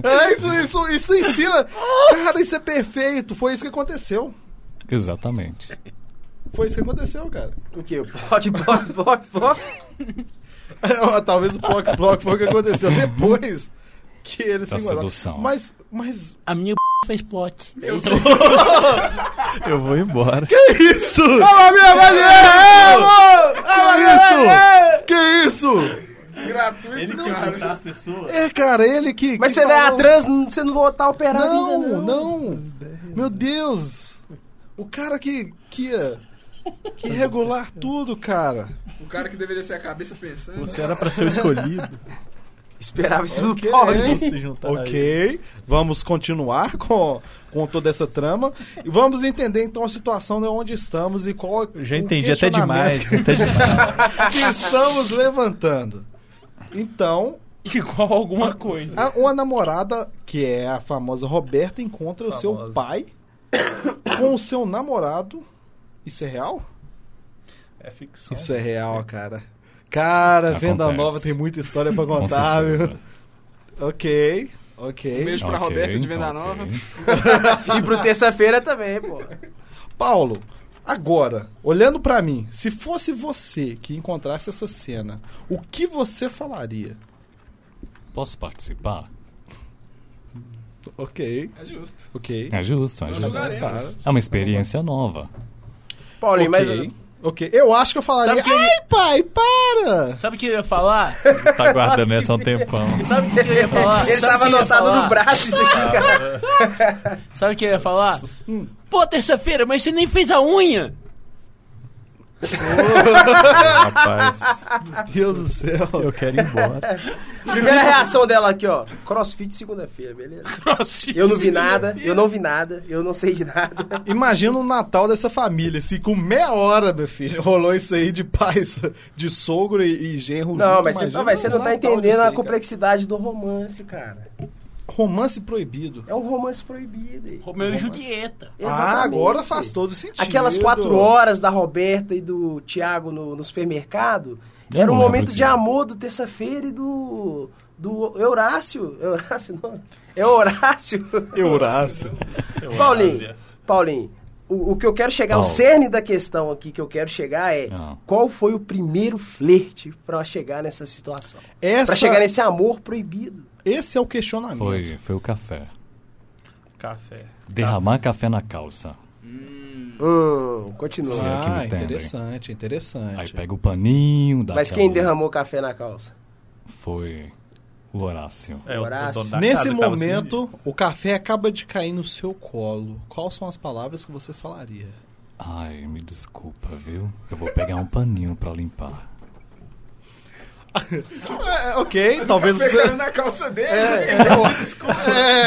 [SPEAKER 3] É, isso, isso, isso ensina. Cara, isso é perfeito. Foi isso que aconteceu.
[SPEAKER 1] Exatamente.
[SPEAKER 3] Foi isso que aconteceu, cara.
[SPEAKER 5] O quê? Plot, plot, plot, plot.
[SPEAKER 3] Ó, É, Talvez o blog blog foi o que aconteceu depois que ele
[SPEAKER 1] Da
[SPEAKER 3] se encontraram.
[SPEAKER 1] sedução.
[SPEAKER 3] Mas, mas
[SPEAKER 2] A minha fez plot. (laughs)
[SPEAKER 4] Eu vou embora.
[SPEAKER 3] isso?
[SPEAKER 5] Fala, minha
[SPEAKER 3] Que isso? Que isso?
[SPEAKER 7] Gratuito, cara.
[SPEAKER 8] as pessoas.
[SPEAKER 3] É, cara, ele que.
[SPEAKER 5] Mas
[SPEAKER 3] que
[SPEAKER 5] você não é a
[SPEAKER 3] falou-
[SPEAKER 5] trans, você não voltar a operar a vida,
[SPEAKER 3] Não,
[SPEAKER 5] não.
[SPEAKER 3] não. Meu Deus. O cara que que ia que ia regular tudo, cara.
[SPEAKER 6] O cara que deveria ser a cabeça pensando.
[SPEAKER 4] Você era pra ser o escolhido.
[SPEAKER 5] Esperava isso do
[SPEAKER 3] Ok.
[SPEAKER 5] Paulinho.
[SPEAKER 4] Vamos se juntar. Tá aí.
[SPEAKER 3] Ok, vamos continuar (laughs) com, com toda essa trama e vamos entender então a situação de onde estamos e qual
[SPEAKER 4] Eu
[SPEAKER 3] é
[SPEAKER 4] Já
[SPEAKER 3] o
[SPEAKER 4] entendi até
[SPEAKER 3] questionamento
[SPEAKER 4] demais. até (laughs) demais.
[SPEAKER 3] (laughs) que estamos levantando. Então,
[SPEAKER 2] Igual alguma coisa.
[SPEAKER 3] a- uma namorada que é a famosa Roberta encontra o seu
[SPEAKER 4] Famosa.
[SPEAKER 3] pai (coughs) com o seu namorado. Isso é real?
[SPEAKER 4] É ficção.
[SPEAKER 3] Isso é real, cara. Cara, Venda
[SPEAKER 1] Então, Acontece.
[SPEAKER 3] Nova tem muita história pra
[SPEAKER 1] Com
[SPEAKER 3] contar, viu?
[SPEAKER 1] certeza.
[SPEAKER 3] Ok,
[SPEAKER 6] Um
[SPEAKER 3] ok.
[SPEAKER 6] beijo
[SPEAKER 1] Ok,
[SPEAKER 6] pra
[SPEAKER 1] então,
[SPEAKER 6] Roberta de Venda
[SPEAKER 1] ok.
[SPEAKER 6] Nova.
[SPEAKER 5] E pro terça-feira também, pô.
[SPEAKER 3] Paulo, agora, olhando pra mim, se fosse você que encontrasse essa cena, o que você falaria?
[SPEAKER 1] Posso participar?
[SPEAKER 3] Ok,
[SPEAKER 6] É justo.
[SPEAKER 3] ok.
[SPEAKER 1] É justo, é
[SPEAKER 6] Nós
[SPEAKER 1] justo.
[SPEAKER 6] jogaremos.
[SPEAKER 1] É uma experiência nova.
[SPEAKER 5] Paulinho, mas...
[SPEAKER 3] Ok, ok. Eu acho que eu falaria.
[SPEAKER 2] Sabe que eu-
[SPEAKER 3] Ai, pai, para!
[SPEAKER 2] Sabe o que eu ia falar?
[SPEAKER 4] Tá guardando essa há um tempão.
[SPEAKER 2] Sabe o que eu ia falar?
[SPEAKER 5] Ele
[SPEAKER 2] Sabe
[SPEAKER 5] tava
[SPEAKER 2] o que eu ia
[SPEAKER 5] anotado
[SPEAKER 3] é
[SPEAKER 2] falar?
[SPEAKER 5] no braço isso
[SPEAKER 3] Ah.
[SPEAKER 5] aqui, cara.
[SPEAKER 2] Sabe o que eu ia falar? Pô, terça-feira, mas você nem fez a unha.
[SPEAKER 4] Rapaz,
[SPEAKER 3] (laughs) Meu Deus do céu.
[SPEAKER 4] eu quero ir embora.
[SPEAKER 5] Primeira reação dela aqui, ó. Crossfit segunda-feira, beleza?
[SPEAKER 2] Crossfit.
[SPEAKER 5] Eu não vi nada, eu não vi nada, eu não sei de nada.
[SPEAKER 3] Imagina o Natal dessa família, se com meia hora, meu filho, (laughs) rolou isso aí de pais, de sogro e, e genro.
[SPEAKER 5] Não,
[SPEAKER 3] junto,
[SPEAKER 5] mas você,
[SPEAKER 3] imagina
[SPEAKER 5] não, mas você
[SPEAKER 3] o
[SPEAKER 5] não tá
[SPEAKER 3] Natal disso
[SPEAKER 5] entendendo
[SPEAKER 3] aí,
[SPEAKER 5] a
[SPEAKER 3] cara.
[SPEAKER 5] complexidade do romance, cara.
[SPEAKER 3] Romance proibido.
[SPEAKER 5] É um romance proibido. aí.
[SPEAKER 2] Romeu e Julieta.
[SPEAKER 3] Ah,
[SPEAKER 5] Exatamente.
[SPEAKER 3] agora faz todo sentido.
[SPEAKER 5] Aquelas quatro horas da Roberta e do Thiago no, no supermercado
[SPEAKER 1] Eu
[SPEAKER 5] era
[SPEAKER 1] não lembro
[SPEAKER 5] um momento de
[SPEAKER 1] disso.
[SPEAKER 5] amor do terça-feira e do. do Eurácio. Eurácio, não. É Horácio.
[SPEAKER 3] Eurácio.
[SPEAKER 5] Paulinho, Paulinho, o, o que eu quero chegar, o
[SPEAKER 1] Paulo.
[SPEAKER 5] cerne da questão aqui que eu quero chegar é
[SPEAKER 1] Ah.
[SPEAKER 5] qual foi o primeiro flerte pra chegar nessa situação? Pra
[SPEAKER 3] Essa,
[SPEAKER 5] chegar nesse amor proibido.
[SPEAKER 3] Esse é o questionamento.
[SPEAKER 1] Foi, foi o café.
[SPEAKER 4] Café.
[SPEAKER 1] Derramar café na calça.
[SPEAKER 5] Hum, continua.
[SPEAKER 1] Sim. é que me
[SPEAKER 3] Ah,
[SPEAKER 1] entendem.
[SPEAKER 3] interessante,
[SPEAKER 1] Aí
[SPEAKER 3] interessante.
[SPEAKER 1] pega o paninho, dá
[SPEAKER 5] Mas
[SPEAKER 1] aquela-
[SPEAKER 5] quem derramou o café na calça?
[SPEAKER 1] Foi o Horácio.
[SPEAKER 4] É, o- o
[SPEAKER 5] Horácio.
[SPEAKER 4] dono da
[SPEAKER 3] Nesse
[SPEAKER 4] casa que tava
[SPEAKER 3] momento, o café acaba de cair no seu colo. Quais são as palavras que você falaria?
[SPEAKER 1] Ai, me desculpa, viu? Eu vou pegar um paninho pra limpar.
[SPEAKER 4] É,
[SPEAKER 3] ok, talvez
[SPEAKER 7] Pegando na calça dele.
[SPEAKER 3] (laughs)
[SPEAKER 2] É.
[SPEAKER 7] né?
[SPEAKER 4] assim,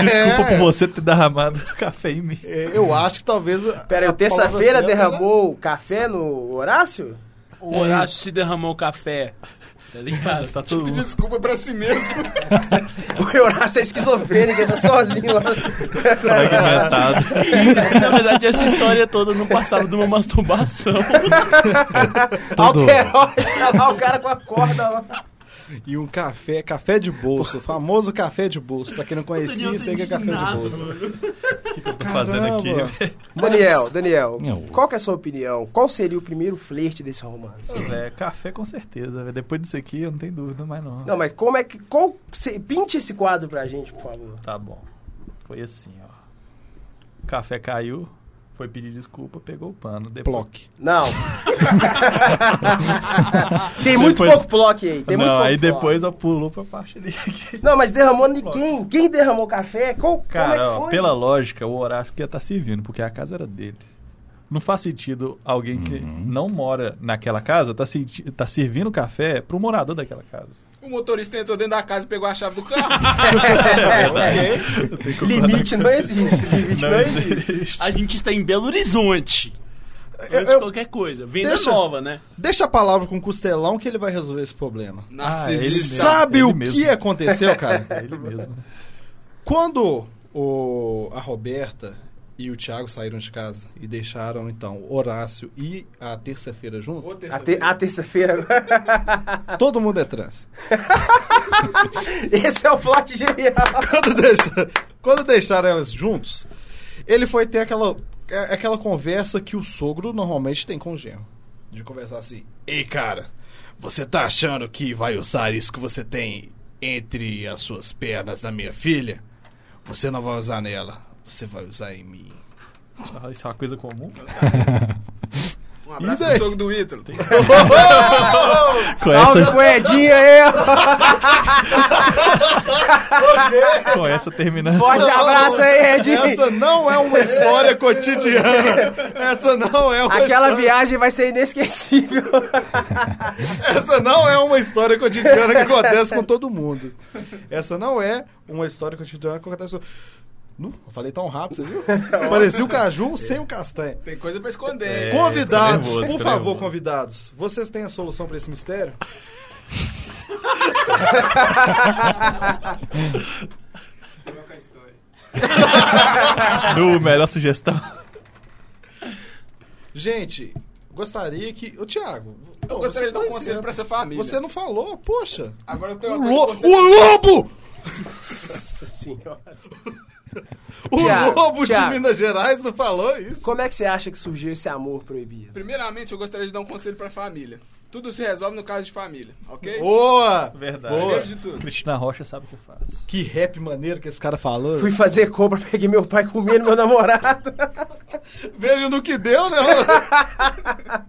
[SPEAKER 4] Desculpa por você ter derramado (laughs) café em mim.
[SPEAKER 3] É, Eu acho que talvez.
[SPEAKER 5] Pera aí, terça-feira derramou o café no Horácio?
[SPEAKER 2] O Horácio se derramou café. Tá ligado?
[SPEAKER 4] Tá todo mundo.
[SPEAKER 7] Desculpa pra si mesmo.
[SPEAKER 5] O Horácio é esquizofrênico, ele tá sozinho lá. (laughs)
[SPEAKER 4] (laughs) fragmentado.
[SPEAKER 2] Na verdade, essa história toda não passava de uma masturbação.
[SPEAKER 1] Todo-
[SPEAKER 5] Alterótica tá lá, o cara com a corda lá.
[SPEAKER 3] E um café, café de bolso, famoso café de bolso. Pra quem não conhecia, isso aí que é café de
[SPEAKER 2] Nada,
[SPEAKER 3] bolso.
[SPEAKER 2] mano.
[SPEAKER 4] O que, que eu tô fazendo aqui?
[SPEAKER 3] Caramba.
[SPEAKER 4] velho?
[SPEAKER 5] Daniel, Daniel,
[SPEAKER 1] Não.
[SPEAKER 5] qual que é a sua opinião? Qual seria o primeiro flerte desse romance?
[SPEAKER 4] É, café com certeza. velho. Depois disso aqui, eu não tenho dúvida mais não.
[SPEAKER 5] Não, mas como é que. Qual, se- pinte esse quadro pra gente, por favor.
[SPEAKER 4] Tá bom. Foi assim, ó. O Café caiu, foi pedir desculpa, pegou o pano. Depois...
[SPEAKER 5] (laughs)
[SPEAKER 3] Block.
[SPEAKER 4] (laughs)
[SPEAKER 5] Não. tem muito
[SPEAKER 4] Depois-
[SPEAKER 5] pouco bloco aí. Tem muito
[SPEAKER 4] não,
[SPEAKER 5] pouco
[SPEAKER 4] aí
[SPEAKER 5] bloco.
[SPEAKER 4] depois eu pulou pra parte ali.
[SPEAKER 5] Não, mas derramou ninguém. Quem derramou café? Qual,
[SPEAKER 4] Cara,
[SPEAKER 5] como é que
[SPEAKER 4] ó,
[SPEAKER 5] foi?
[SPEAKER 4] pela lógica, o Horácio que ia estar servindo, porque a casa era dele. Não faz sentido alguém que não mora naquela casa tá, senti- tá servindo café pro morador daquela casa.
[SPEAKER 6] (laughs) O motorista entrou dentro da casa e pegou a chave do carro.
[SPEAKER 7] (laughs)
[SPEAKER 5] É Limite não existe. Limite não, existe.
[SPEAKER 4] existe.
[SPEAKER 2] A gente está em Belo Horizonte. Antes de
[SPEAKER 3] eu-
[SPEAKER 2] qualquer coisa. Venda
[SPEAKER 3] Deixa-
[SPEAKER 2] nova, né?
[SPEAKER 3] Deixa a palavra com o Costelão que ele vai resolver esse problema.
[SPEAKER 4] É Ele
[SPEAKER 3] Ele
[SPEAKER 4] mesmo,
[SPEAKER 2] Ah,
[SPEAKER 6] Narcisista.
[SPEAKER 3] sabe
[SPEAKER 4] ele
[SPEAKER 3] o
[SPEAKER 4] mesmo.
[SPEAKER 3] que aconteceu, cara?
[SPEAKER 4] É (laughs) Ele mesmo. né?
[SPEAKER 3] Quando o- a Roberta e o Thiago saíram de casa e deixaram, então, o Horácio e a terça-feira junto,
[SPEAKER 6] Ô, terça-
[SPEAKER 5] A, te- a terça-feira agora. (laughs) Ah.
[SPEAKER 3] todo mundo é trans.
[SPEAKER 5] Esse é o plot genial.
[SPEAKER 3] Quando, deixa- quando deixaram elas juntos, ele foi ter aquela, é- aquela conversa que o sogro normalmente tem com o genro. De conversar assim, ei, cara, você tá achando que vai usar isso que você tem entre as suas pernas da minha filha? Você não vai usar nela, você vai usar em mim.
[SPEAKER 4] Ah, Isso é uma coisa
[SPEAKER 5] (laughs)
[SPEAKER 4] comum?
[SPEAKER 6] Um abraço
[SPEAKER 3] E daí?
[SPEAKER 6] pro jogo do Ítalo.
[SPEAKER 4] Com
[SPEAKER 5] Salve,
[SPEAKER 4] essa,
[SPEAKER 5] moedinha aí, ó.
[SPEAKER 4] com essa terminando. (laughs)
[SPEAKER 5] Forte abraço aí, Edinho.
[SPEAKER 3] Essa não é uma história cotidiana. Essa não é uma
[SPEAKER 5] Aquela
[SPEAKER 3] história,
[SPEAKER 5] viagem vai ser inesquecível.
[SPEAKER 3] Essa não é uma história cotidiana que acontece com todo mundo. Essa não é uma história cotidiana que acontece com. Nu, eu falei tão rápido, você
[SPEAKER 4] (laughs)
[SPEAKER 3] viu? Parecia o caju sem o castanho.
[SPEAKER 6] Tem coisa pra esconder. hein?
[SPEAKER 3] convidados,
[SPEAKER 4] tô É, nervoso,
[SPEAKER 3] por
[SPEAKER 4] tô
[SPEAKER 3] favor,
[SPEAKER 4] nervoso.
[SPEAKER 3] convidados, vocês têm a solução pra esse mistério?
[SPEAKER 2] É.
[SPEAKER 6] Troca a história.
[SPEAKER 4] No melhor sugestão.
[SPEAKER 3] Gente, gostaria que. Ô, Thiago.
[SPEAKER 6] Eu gostaria de dar um conselho pra
[SPEAKER 3] pra
[SPEAKER 6] essa família.
[SPEAKER 3] tá Você não falou, poxa.
[SPEAKER 6] Agora eu
[SPEAKER 3] O,
[SPEAKER 6] tenho uma
[SPEAKER 3] lo-
[SPEAKER 6] coisa pra você-
[SPEAKER 3] o lobo!
[SPEAKER 5] Nossa senhora.
[SPEAKER 3] O
[SPEAKER 5] Thiago,
[SPEAKER 3] lobo
[SPEAKER 5] Thiago.
[SPEAKER 3] de Minas Gerais não falou isso?
[SPEAKER 5] Como é que você acha que surgiu esse amor proibido?
[SPEAKER 6] Primeiramente, eu gostaria de dar um conselho pra família. Tudo se resolve no caso de família, ok?
[SPEAKER 3] Boa!
[SPEAKER 4] Verdade.
[SPEAKER 3] Boa.
[SPEAKER 6] Primeiro de tudo.
[SPEAKER 4] Cristina Rocha sabe o que eu faço.
[SPEAKER 3] Que rap maneiro que esse cara falou.
[SPEAKER 5] Fui fazer compra, (laughs) peguei meu pai comendo meu namorado.
[SPEAKER 3] Veja no que deu, né? mano?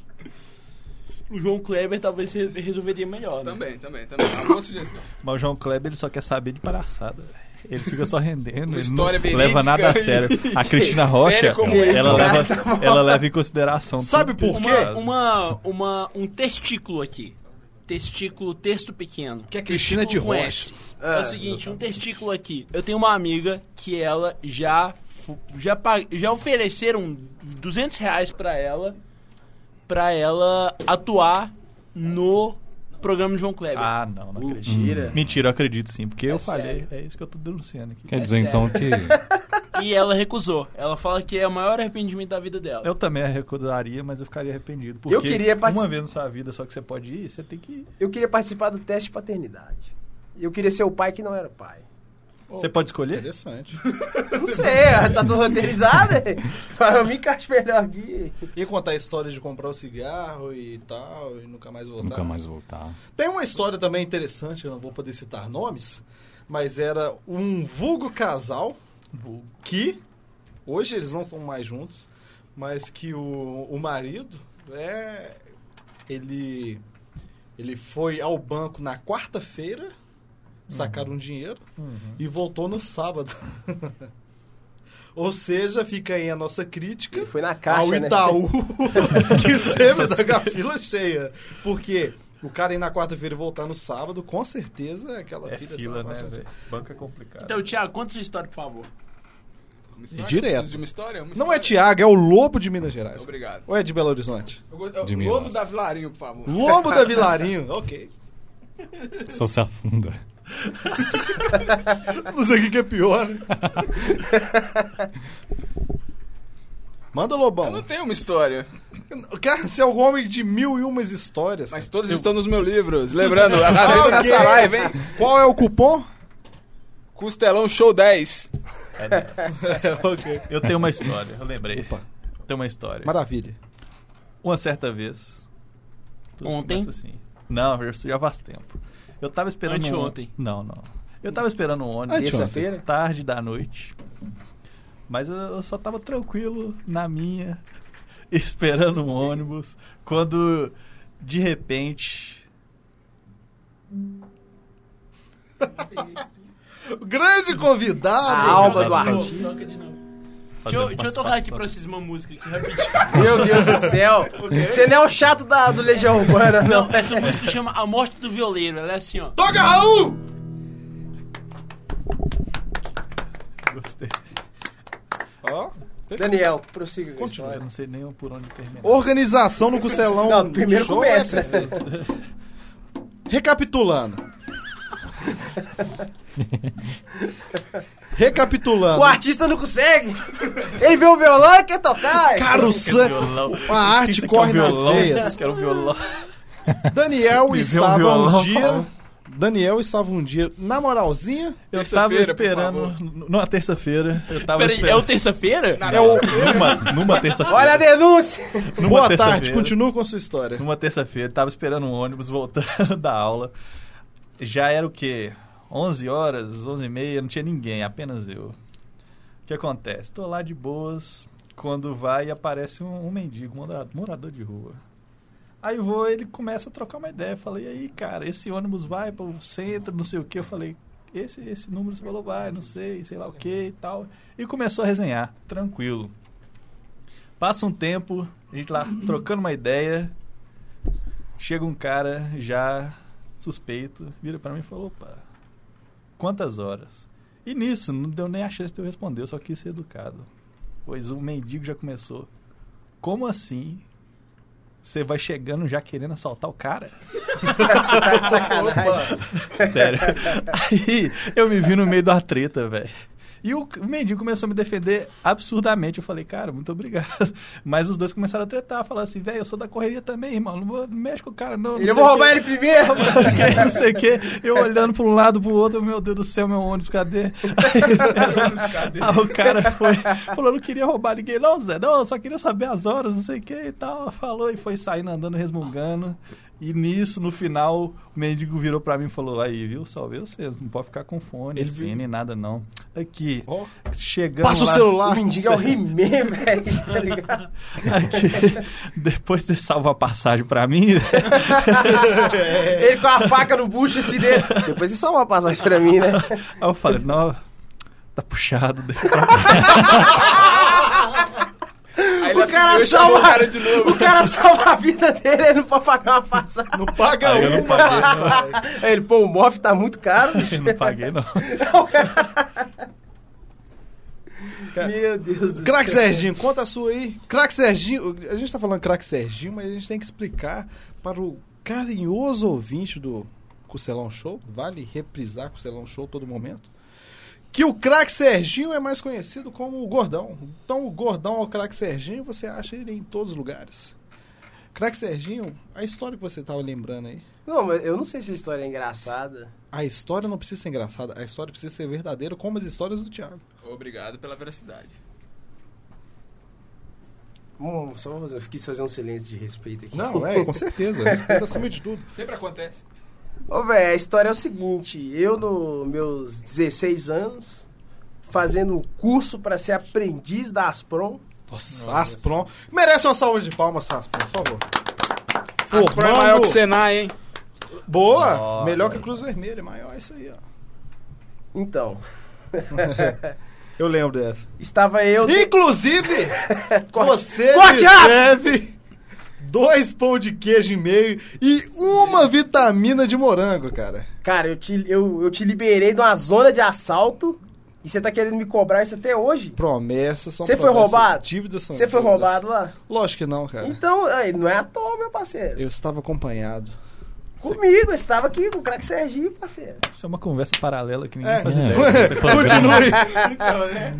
[SPEAKER 2] O João Kleber talvez re- resolveria melhor, né?
[SPEAKER 6] Também, também, também. É Uma boa sugestão.
[SPEAKER 4] Mas o João Kleber ele só quer saber de palhaçada. velho. Ele fica só rendendo. ele
[SPEAKER 6] história
[SPEAKER 4] não
[SPEAKER 6] verídica
[SPEAKER 4] leva nada a
[SPEAKER 6] aí.
[SPEAKER 4] sério. A Cristina Rocha,
[SPEAKER 6] Sério como isso,
[SPEAKER 4] ela,
[SPEAKER 5] cara?
[SPEAKER 4] leva, (laughs) ela leva em consideração.
[SPEAKER 3] Sabe
[SPEAKER 4] tudo
[SPEAKER 3] por
[SPEAKER 4] que
[SPEAKER 3] quê?
[SPEAKER 4] faz.
[SPEAKER 2] Uma, uma, um testículo aqui. Testículo, texto pequeno.
[SPEAKER 3] Que é Cristina de
[SPEAKER 2] Testículo com
[SPEAKER 3] Rocha.
[SPEAKER 2] S. É o seguinte, um testículo aqui. Eu tenho uma amiga que ela já fu- já pa- já ofereceram 200 reais pra ela pra ela atuar no programa de João Kleber.
[SPEAKER 4] Ah, não, não acredito.
[SPEAKER 5] Mentira.
[SPEAKER 3] Hum.
[SPEAKER 4] Mentira, eu acredito sim, porque eu falei.
[SPEAKER 2] sério.
[SPEAKER 4] É isso que eu tô denunciando aqui.
[SPEAKER 5] É
[SPEAKER 1] Quer dizer,
[SPEAKER 2] sério.
[SPEAKER 1] então, que
[SPEAKER 2] E ela recusou. Ela fala que é o maior arrependimento da vida dela.
[SPEAKER 4] Eu também recordaria, mas eu ficaria arrependido. Porque
[SPEAKER 5] Eu queria partici-
[SPEAKER 4] uma vez na sua vida só que você pode ir, você tem que ir.
[SPEAKER 5] Eu queria participar do teste de paternidade. E Eu queria ser o pai que não era
[SPEAKER 3] (laughs)
[SPEAKER 5] pai.
[SPEAKER 4] Você pode escolher?
[SPEAKER 3] Interessante.
[SPEAKER 5] Não sei, tá tudo roteirizado. né? (laughs) Fala, eu me encaixo melhor aqui.
[SPEAKER 3] E contar a história de comprar o cigarro e tal, e nunca mais voltar.
[SPEAKER 1] nunca mais voltar.
[SPEAKER 3] Tem uma história também interessante, eu não vou poder citar nomes, mas era um vulgo casal que hoje eles não estão mais juntos, mas que o, o marido é ele ele foi ao banco na quarta-feira sacar um dinheiro
[SPEAKER 4] Uhum.
[SPEAKER 3] e voltou no sábado. (laughs) Ou seja, fica aí a nossa crítica
[SPEAKER 5] Ele foi na
[SPEAKER 3] ao
[SPEAKER 5] caixa, né? (laughs)
[SPEAKER 3] Itaú, que sempre tá com a fila cheia. Porque o cara ir na quarta-feira e voltar no sábado, com certeza aquela
[SPEAKER 4] É
[SPEAKER 3] fila...
[SPEAKER 4] fila,
[SPEAKER 3] sabe,
[SPEAKER 4] né,
[SPEAKER 3] bastante.
[SPEAKER 4] velho? Banco é complicado.
[SPEAKER 2] Então, Thiago, conta sua história, por favor.
[SPEAKER 6] Uma história?
[SPEAKER 3] Direto.
[SPEAKER 6] Preciso de uma história? Uma
[SPEAKER 3] Não é
[SPEAKER 6] história.
[SPEAKER 3] Tiago, é o Lobo de Minas Gerais.
[SPEAKER 6] Obrigado.
[SPEAKER 3] Ou é de Belo Horizonte?
[SPEAKER 6] Eu, go- eu,
[SPEAKER 1] De mim,
[SPEAKER 6] lobo
[SPEAKER 1] nossa.
[SPEAKER 6] da Vilarinho, por favor.
[SPEAKER 3] Lobo da Vilarinho, ok.
[SPEAKER 1] Só se afunda.
[SPEAKER 3] Não sei o que que é pior. né? Manda,
[SPEAKER 6] (laughs) Eu
[SPEAKER 3] Lobão.
[SPEAKER 6] não tenho uma história,
[SPEAKER 3] Cara, você é um homem de mil e umas histórias.
[SPEAKER 6] mas todos estão nos meus livros. Lembrando, a venda nessa
[SPEAKER 3] Ah, ok.
[SPEAKER 6] live, hein?
[SPEAKER 3] Qual é o cupom?
[SPEAKER 6] Costelão Show 10.
[SPEAKER 3] ok.
[SPEAKER 4] É, né? Eu tenho uma história, eu lembrei. Tem uma história.
[SPEAKER 3] Maravilha.
[SPEAKER 4] Uma certa vez. tudo
[SPEAKER 2] Ontem?
[SPEAKER 4] começa Assim. Não, já- já faz tempo. Eu tava esperando. um-
[SPEAKER 2] Anteontem.
[SPEAKER 4] Não, não. Eu tava esperando um ônibus.
[SPEAKER 3] Anteontem.
[SPEAKER 5] Terça-feira?
[SPEAKER 4] Tarde da noite. Mas eu, eu só tava tranquilo na minha, (laughs) esperando um ônibus. Quando, de repente.
[SPEAKER 3] O grande convidado.
[SPEAKER 5] A alma do
[SPEAKER 4] Nossa.
[SPEAKER 5] artista.
[SPEAKER 2] Deixa eu,
[SPEAKER 4] fazendo
[SPEAKER 2] deixa eu tocar aqui
[SPEAKER 4] participação-
[SPEAKER 2] pra vocês uma música aqui rapidinho.
[SPEAKER 5] Meu Deus do
[SPEAKER 3] (laughs)
[SPEAKER 5] céu. Você não é o chato da, do Legião Urbana, não.
[SPEAKER 2] Não, (laughs) essa música chama A Morte do Violeiro. Ela é assim, ó.
[SPEAKER 3] Toca, Raul!
[SPEAKER 4] Gostei.
[SPEAKER 3] Ó,
[SPEAKER 5] Daniel, prossiga é com a
[SPEAKER 4] Eu
[SPEAKER 5] história.
[SPEAKER 4] não sei nem por onde terminar.
[SPEAKER 3] Organização no Costelão.
[SPEAKER 5] Não, primeiro
[SPEAKER 3] Show,
[SPEAKER 5] começa.
[SPEAKER 3] né? Recapitulando. Recapitulando.
[SPEAKER 5] O artista
[SPEAKER 3] (laughs)
[SPEAKER 5] não consegue. Ele vê o violão e quer tocar.
[SPEAKER 3] Cara, o san-
[SPEAKER 4] violão.
[SPEAKER 3] a arte
[SPEAKER 4] Isso aqui é um
[SPEAKER 3] corre nas
[SPEAKER 4] violão.
[SPEAKER 3] veias.
[SPEAKER 4] Quero um violão.
[SPEAKER 3] Daniel
[SPEAKER 4] Me vê um
[SPEAKER 3] estava um,
[SPEAKER 4] violão,
[SPEAKER 3] dia.
[SPEAKER 4] fala.
[SPEAKER 3] Daniel estava um dia na moralzinha.
[SPEAKER 4] Eu tava
[SPEAKER 6] Terça-feira, por
[SPEAKER 4] esperando. Numa terça-feira. Eu tava
[SPEAKER 2] Peraí, é o
[SPEAKER 4] esperando.
[SPEAKER 2] terça-feira?
[SPEAKER 6] Na
[SPEAKER 3] É o-
[SPEAKER 4] Numa, numa terça-feira.
[SPEAKER 5] Olha
[SPEAKER 3] (laughs)
[SPEAKER 5] a denúncia.
[SPEAKER 4] numa
[SPEAKER 3] Boa
[SPEAKER 4] terça-feira.
[SPEAKER 3] tarde, continua com sua história.
[SPEAKER 4] Numa terça-feira, tava esperando um ônibus voltando (laughs) da aula. Já era o quê? 11 horas, 11 e meia, não tinha ninguém, apenas eu. O que acontece? Tô lá de boas, quando vai aparece um, um mendigo, um mora- morador de rua. Aí eu vou, ele começa a trocar uma ideia. Falei, e aí, cara, esse ônibus vai para o centro, não sei o quê. Eu falei, esse, esse número você falou vai, não sei, sei lá o quê e tal. E começou a resenhar, tranquilo. Passa um tempo, a gente lá trocando uma ideia. Chega um cara já suspeito, vira pra mim e falou: opa, quantas horas? E nisso, não deu nem a chance de eu responder, eu só quis ser educado. Pois o mendigo já começou. Como assim você vai chegando já querendo assaltar o cara? (laughs)
[SPEAKER 5] Você tá de sacanagem.
[SPEAKER 4] Sério. Aí eu me vi no meio da treta, velho. E o o mendigo começou a me defender absurdamente. Eu falei, cara, muito obrigado. (laughs) Mas os dois começaram a tretar, falaram assim, velho, eu sou da correria também, irmão. Não, vou, não mexe com o cara, não. não sei
[SPEAKER 5] Eu vou
[SPEAKER 4] o
[SPEAKER 5] roubar
[SPEAKER 4] quê."
[SPEAKER 5] ele primeiro.
[SPEAKER 4] Porque não sei o quê. Eu olhando para um lado, pro outro, meu Deus do céu, meu ônibus, cadê? Aí, aí o cara foi, falou, não queria roubar ninguém, não, Zé, não, eu só queria saber as horas, não sei o que e tal. Falou e foi saindo, andando, resmungando. E nisso, no final, o mendigo virou para mim e falou, aí, viu, salvei vocês, não pode ficar com fone,
[SPEAKER 3] Ele
[SPEAKER 4] assim,
[SPEAKER 3] viu?
[SPEAKER 4] nem nada, não. Aqui,
[SPEAKER 3] Ó.
[SPEAKER 4] chegando
[SPEAKER 3] Passa o
[SPEAKER 4] lá-
[SPEAKER 5] O
[SPEAKER 3] celular.
[SPEAKER 5] mendigo é o He-Man, (laughs) velho. Tá ligado?
[SPEAKER 4] (laughs) Aqui, depois de salvar a passagem para mim, né?
[SPEAKER 5] Ele com a faca no bucho assim dele. É. Depois isso é uma passagem pra mim, né?
[SPEAKER 4] Aí eu falei, não, tá puxado. (laughs) deu pra-
[SPEAKER 6] Aí ele
[SPEAKER 5] O cara
[SPEAKER 6] assumiu e chamou
[SPEAKER 5] salva-
[SPEAKER 6] o cara de novo.
[SPEAKER 5] O cara salva a vida dele, ele não pode pagar uma passagem.
[SPEAKER 3] Não paga
[SPEAKER 4] Aí eu não
[SPEAKER 3] uma.
[SPEAKER 4] paguei, não.
[SPEAKER 5] Aí Ele, pô, o MOF tá muito caro. bicho.
[SPEAKER 4] Eu
[SPEAKER 5] (laughs)
[SPEAKER 4] não paguei, não.
[SPEAKER 5] Meu Deus do
[SPEAKER 3] Crack
[SPEAKER 5] céu.
[SPEAKER 3] Serginho, conta a sua aí. Crack Serginho, a gente tá falando crack Serginho, mas a gente tem que explicar para o carinhoso ouvinte do Cucelão Show, vale reprisar Cucelão Show todo momento, que o crack Serginho é mais conhecido como o Gordão. Então o Gordão ao crack Serginho, você acha ele em todos os lugares. Crack Serginho, a história que você tava lembrando aí,
[SPEAKER 5] Não, mas eu não sei se a história é engraçada.
[SPEAKER 3] a história não precisa ser engraçada, a história precisa ser verdadeira, como as histórias do Thiago.
[SPEAKER 6] Obrigado pela veracidade.
[SPEAKER 5] Hum, só vou fazer, eu quis fazer um silêncio de respeito
[SPEAKER 3] (laughs)
[SPEAKER 5] aqui.
[SPEAKER 3] Não, é, com certeza, respeita acima de tudo.
[SPEAKER 6] Sempre acontece.
[SPEAKER 5] Ô, velho, a história é o seguinte: eu, nos meus 16 anos, fazendo um curso pra ser aprendiz da Asprom,
[SPEAKER 3] Nossa, Aspron. Merece uma salva de palmas, Aspron, por favor.
[SPEAKER 6] As pró é maior que o Senai, hein?
[SPEAKER 3] Boa!
[SPEAKER 4] Nossa.
[SPEAKER 3] Melhor que a Cruz Vermelha, maior é isso aí, ó.
[SPEAKER 5] então,
[SPEAKER 3] Eu lembro dessa.
[SPEAKER 5] estava
[SPEAKER 3] (laughs)
[SPEAKER 5] eu.
[SPEAKER 3] Inclusive, você
[SPEAKER 5] Corte
[SPEAKER 3] me
[SPEAKER 5] up!
[SPEAKER 3] deve dois pão de queijo e meio e uma vitamina de morango, cara.
[SPEAKER 5] Cara, eu te, eu, eu te liberei de uma zona de assalto e você tá querendo me cobrar isso até hoje?
[SPEAKER 3] Promessas são
[SPEAKER 5] Você foi
[SPEAKER 3] promessas,
[SPEAKER 5] roubado?
[SPEAKER 3] Dívidas são
[SPEAKER 5] Você foi
[SPEAKER 3] dívidas.
[SPEAKER 5] roubado lá?
[SPEAKER 3] Lógico que não, cara.
[SPEAKER 5] Então, aí, não é à toa, meu parceiro.
[SPEAKER 3] Eu estava acompanhado.
[SPEAKER 5] Comigo, eu estava aqui com o craque Serginho, parceiro.
[SPEAKER 4] Isso é uma conversa paralela que ninguém
[SPEAKER 3] É,
[SPEAKER 4] faz ideia.
[SPEAKER 3] continue.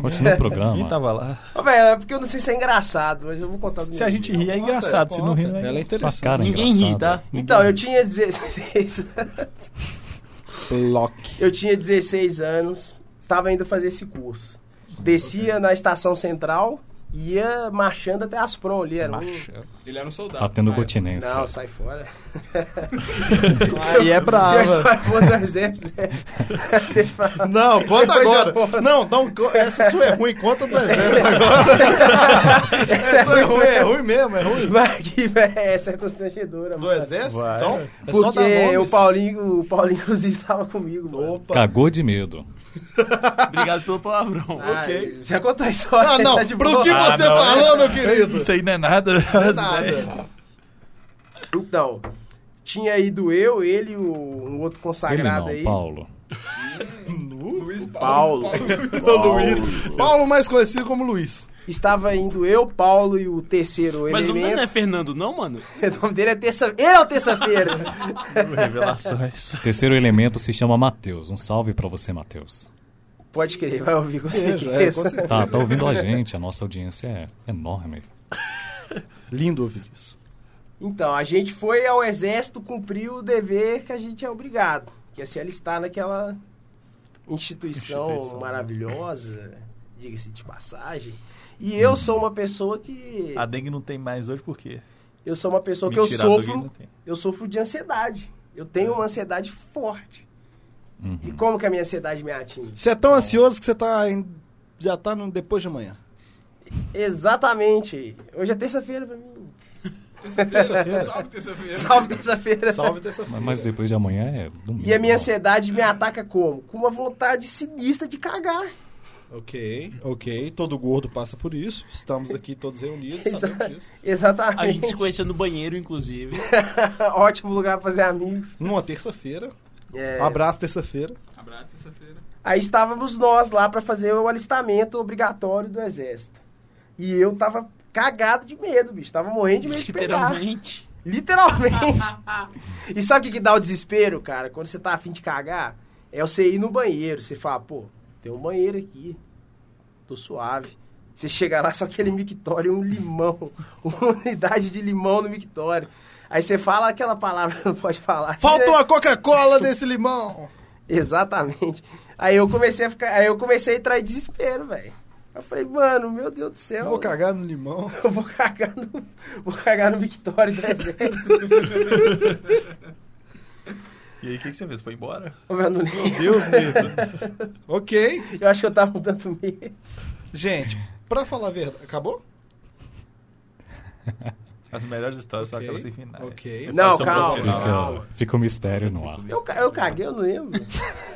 [SPEAKER 1] Continua o
[SPEAKER 4] Ninguém
[SPEAKER 2] Então,
[SPEAKER 1] programa.
[SPEAKER 4] tava lá.
[SPEAKER 5] Ô, velho, é porque eu não sei se é engraçado, mas eu vou contar do
[SPEAKER 4] Se
[SPEAKER 5] meu
[SPEAKER 4] a gente
[SPEAKER 5] jeito.
[SPEAKER 4] rir, é engraçado. Se não rir, não é
[SPEAKER 3] Ela é
[SPEAKER 4] engraçado.
[SPEAKER 1] Sua
[SPEAKER 3] interessante.
[SPEAKER 1] cara
[SPEAKER 2] Ninguém ri,
[SPEAKER 1] engraçada.
[SPEAKER 2] tá?
[SPEAKER 5] Então, eu tinha 16 anos.
[SPEAKER 3] Lock.
[SPEAKER 5] (laughs) Eu tinha 16 anos, tava indo fazer esse curso. Descia na estação central, ia marchando até Asprom ali. Era um...
[SPEAKER 6] Ele era um
[SPEAKER 2] tá?
[SPEAKER 6] soldado.
[SPEAKER 1] Batendo
[SPEAKER 6] Ah,
[SPEAKER 1] continência.
[SPEAKER 5] Não, sai fora.
[SPEAKER 3] Aí é
[SPEAKER 5] Tem uma
[SPEAKER 3] brava.
[SPEAKER 5] história boa atrás dessa, né? Deixa
[SPEAKER 3] (laughs)
[SPEAKER 5] eu falar.
[SPEAKER 3] Não, conta
[SPEAKER 5] Depois eu
[SPEAKER 3] agora.
[SPEAKER 5] conto.
[SPEAKER 3] Não, então, co- essa sua é ruim, conta do (laughs) exército agora.
[SPEAKER 5] Essa é
[SPEAKER 3] Essa é ruim,
[SPEAKER 5] ruim.
[SPEAKER 3] é ruim mesmo, é ruim.
[SPEAKER 5] Vai aqui, velho, Essa é constrangedora,
[SPEAKER 3] Do
[SPEAKER 5] mano.
[SPEAKER 3] exército?
[SPEAKER 4] Vai.
[SPEAKER 3] Então, é só
[SPEAKER 5] Porque
[SPEAKER 3] dar nomes.
[SPEAKER 5] o Paulinho, o Paulinho, inclusive, tava comigo, mano.
[SPEAKER 3] Opa.
[SPEAKER 1] Cagou de medo.
[SPEAKER 2] Obrigado pelo palavrão.
[SPEAKER 5] Ah,
[SPEAKER 3] ok.
[SPEAKER 5] Já contou a história,
[SPEAKER 3] Ah, não,
[SPEAKER 5] tá de
[SPEAKER 3] pro
[SPEAKER 5] boa.
[SPEAKER 3] que
[SPEAKER 4] Ah,
[SPEAKER 3] você
[SPEAKER 4] não.
[SPEAKER 3] falou, meu querido?
[SPEAKER 4] Isso aí não é nada.
[SPEAKER 3] Não é
[SPEAKER 4] as ideias.
[SPEAKER 3] nada.
[SPEAKER 5] Então, tinha ido eu, ele e o, um outro
[SPEAKER 1] Ele
[SPEAKER 5] consagrado
[SPEAKER 1] não,
[SPEAKER 5] aí.
[SPEAKER 1] Paulo.
[SPEAKER 3] (laughs)
[SPEAKER 6] Luiz Luiz
[SPEAKER 2] Paulo.
[SPEAKER 6] Paulo. (laughs)
[SPEAKER 3] Luiz. Paulo, mais conhecido como Luiz.
[SPEAKER 5] Estava indo eu, Paulo e o terceiro
[SPEAKER 2] Mas o nome dele
[SPEAKER 5] (laughs) elemento.
[SPEAKER 2] não é Fernando, não, mano?
[SPEAKER 5] O nome dele é terça. Ele é
[SPEAKER 2] (laughs)
[SPEAKER 5] o terça-feira.
[SPEAKER 4] (laughs) Revelações.
[SPEAKER 1] Terceiro elemento se chama Matheus. Um salve pra você, Matheus.
[SPEAKER 5] Pode querer, vai ouvir com
[SPEAKER 3] é, com
[SPEAKER 5] certeza.
[SPEAKER 3] certeza.
[SPEAKER 1] Tá, tá ouvindo a gente. A nossa audiência é enorme.
[SPEAKER 3] Lindo ouvir isso.
[SPEAKER 5] Então, a gente foi ao exército cumprir o dever que a gente é obrigado, que é se alistar naquela instituição,
[SPEAKER 4] Instituição.
[SPEAKER 5] maravilhosa, diga-se de passagem. E eu sou uma pessoa que
[SPEAKER 4] Uhum. A dengue não tem mais hoje por quê?
[SPEAKER 5] eu sou uma pessoa que eu
[SPEAKER 4] Mentira, É. a dengue
[SPEAKER 5] sofro,
[SPEAKER 4] não tem.
[SPEAKER 5] eu sofro de ansiedade. Eu tenho uma ansiedade forte.
[SPEAKER 1] Uhum.
[SPEAKER 5] E como que a minha ansiedade me atinge?
[SPEAKER 3] Você é tão ansioso que você tá em- já tá no depois de amanhã.
[SPEAKER 5] Exatamente. Hoje é terça-feira pra mim.
[SPEAKER 3] (laughs)
[SPEAKER 6] Terça-feira. Salve terça-feira.
[SPEAKER 5] (laughs) Salve terça-feira.
[SPEAKER 3] Salve dessa
[SPEAKER 1] Mas, mas depois de amanhã é domingo.
[SPEAKER 5] E a minha
[SPEAKER 1] ó.
[SPEAKER 5] ansiedade me ataca como? Com uma vontade sinistra de cagar.
[SPEAKER 3] Ok, ok. Todo gordo passa por isso. Estamos aqui todos reunidos, (laughs) sabemos disso.
[SPEAKER 5] Exatamente.
[SPEAKER 2] A gente se conheceu no banheiro, inclusive.
[SPEAKER 5] (laughs) Ótimo lugar pra fazer amigos.
[SPEAKER 3] Numa terça-feira.
[SPEAKER 5] É.
[SPEAKER 2] Um
[SPEAKER 3] Abraço terça-feira.
[SPEAKER 6] Abraço terça-feira.
[SPEAKER 5] Aí estávamos nós lá pra fazer o alistamento obrigatório do exército. E eu tava cagado de medo, bicho. Tava morrendo de medo de pegar.
[SPEAKER 2] Literalmente.
[SPEAKER 5] (laughs) Literalmente. e sabe o que, que dá o desespero, cara? Quando você tá afim de cagar, é você ir no banheiro. Você fala, pô, tem um banheiro aqui. Tô suave. Você chega lá, (laughs) só aquele mictório, um limão. (laughs) Uma unidade de limão no mictório. Aí você fala aquela palavra, (laughs) que não pode falar.
[SPEAKER 3] Falta uma Coca-Cola nesse limão.
[SPEAKER 5] (laughs) Exatamente. Aí eu comecei a ficar. Aí eu comecei a entrar em desespero, velho. Eu falei, mano, meu Deus do céu.
[SPEAKER 3] Eu vou cagar no limão.
[SPEAKER 5] (laughs) Eu vou cagar no. Vou cagar no Victória do Exército.
[SPEAKER 4] E aí, o que, que você fez? Foi embora? (laughs)
[SPEAKER 5] Ô, meu, não-
[SPEAKER 3] Deus livre. ok.
[SPEAKER 5] Eu acho que eu tava com tanto medo.
[SPEAKER 3] Gente, pra falar a verdade. Acabou?
[SPEAKER 4] As melhores histórias são
[SPEAKER 3] Ok,
[SPEAKER 4] aquelas sem finais.
[SPEAKER 3] ok.
[SPEAKER 4] Você
[SPEAKER 5] Não,
[SPEAKER 4] passou pro
[SPEAKER 5] calma,
[SPEAKER 4] final.
[SPEAKER 1] Fica, fica o mistério no ar.
[SPEAKER 5] Eu, ca- eu caguei, eu não lembro.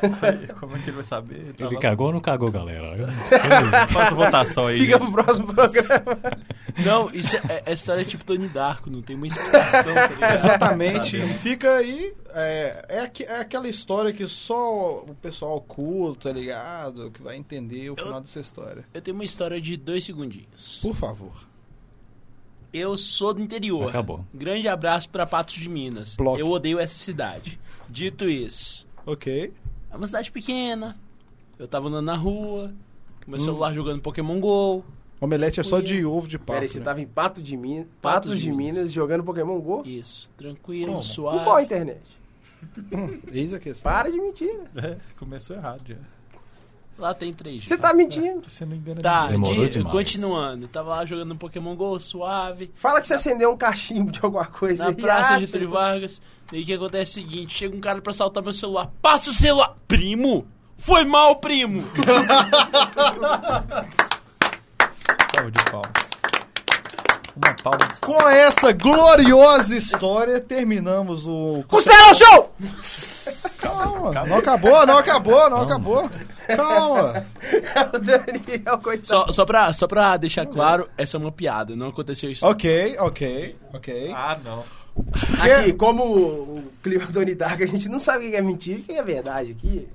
[SPEAKER 4] (laughs) Como é que ele vai saber? Tava
[SPEAKER 1] Ele
[SPEAKER 4] lá.
[SPEAKER 1] cagou ou não cagou, galera? Eu não
[SPEAKER 4] (laughs) Faça votação aí.
[SPEAKER 5] Fica
[SPEAKER 4] gente.
[SPEAKER 5] pro próximo programa.
[SPEAKER 2] Não, isso é, essa história é tipo Tony Darko, não tem uma explicação. tá
[SPEAKER 3] É.
[SPEAKER 2] ligado?
[SPEAKER 3] Exatamente. Fica aí. É, é, aque- é aquela história que só o pessoal culto, tá ligado? Que vai entender o final dessa história.
[SPEAKER 2] Eu tenho uma história de dois segundinhos.
[SPEAKER 3] Por favor.
[SPEAKER 2] Eu sou do interior.
[SPEAKER 1] Acabou.
[SPEAKER 2] Grande abraço pra Patos de Minas.
[SPEAKER 3] Bloco.
[SPEAKER 2] Eu odeio essa cidade. Dito isso,
[SPEAKER 3] Ok.
[SPEAKER 2] é uma cidade pequena. Eu tava andando na rua, com meu celular jogando Pokémon GO.
[SPEAKER 3] Omelete é só de ovo de pato.
[SPEAKER 5] Peraí, você
[SPEAKER 3] né?
[SPEAKER 5] tava em Pato de Minas. Patos,
[SPEAKER 2] Patos
[SPEAKER 5] de,
[SPEAKER 2] de
[SPEAKER 5] Minas,
[SPEAKER 2] Minas.
[SPEAKER 5] jogando Pokémon GO?
[SPEAKER 2] Isso, tranquilo,
[SPEAKER 4] Como?
[SPEAKER 5] Com qual a
[SPEAKER 2] suave.
[SPEAKER 5] internet?
[SPEAKER 3] Eis a questão.
[SPEAKER 5] tá- Para de mentir. né?
[SPEAKER 4] É, começou errado já.
[SPEAKER 2] Lá tem 3G.
[SPEAKER 5] Você tá mentindo.
[SPEAKER 4] Você não engana
[SPEAKER 2] Tá,
[SPEAKER 4] ninguém.
[SPEAKER 1] Demorou
[SPEAKER 2] de-
[SPEAKER 1] demais.
[SPEAKER 2] continuando. Eu tava lá jogando Pokémon GO, suave.
[SPEAKER 5] Fala que você acendeu um cachimbo de alguma coisa
[SPEAKER 2] Na
[SPEAKER 5] aí,
[SPEAKER 2] praça
[SPEAKER 5] acha.
[SPEAKER 2] de Getúlio Vargas. Daí o que acontece é o seguinte: chega um cara pra assaltar meu celular. Passa o celular. Primo! Foi mal,
[SPEAKER 5] (laughs)
[SPEAKER 2] primo!
[SPEAKER 4] Salve de palmas. Uma palma de salve.
[SPEAKER 3] Com essa gloriosa história, terminamos o.
[SPEAKER 5] Costela o show!
[SPEAKER 3] Calma, não acabou, não acabou, não acabou. Calma.
[SPEAKER 5] (laughs) É o Daniel, coitado.
[SPEAKER 2] Só, só, pra, só pra deixar claro, essa é uma piada, não aconteceu isso.
[SPEAKER 3] Ok, ok, ok.
[SPEAKER 4] Ah, não.
[SPEAKER 5] Aqui, como o clima do Unidark, a gente não sabe o que é mentira e o que é verdade aqui.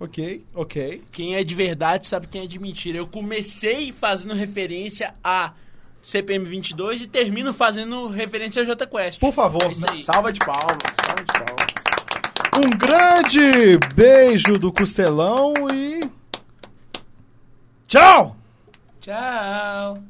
[SPEAKER 3] Ok, ok.
[SPEAKER 2] Quem é de verdade sabe quem é de mentira. Eu comecei fazendo referência a CPM 22 e termino fazendo referência a Jota Quest.
[SPEAKER 3] Por favor,
[SPEAKER 2] É isso aí.
[SPEAKER 5] Salva de palmas, salva de palmas.
[SPEAKER 3] um grande beijo do Costelão e. Tchau!
[SPEAKER 2] Tchau!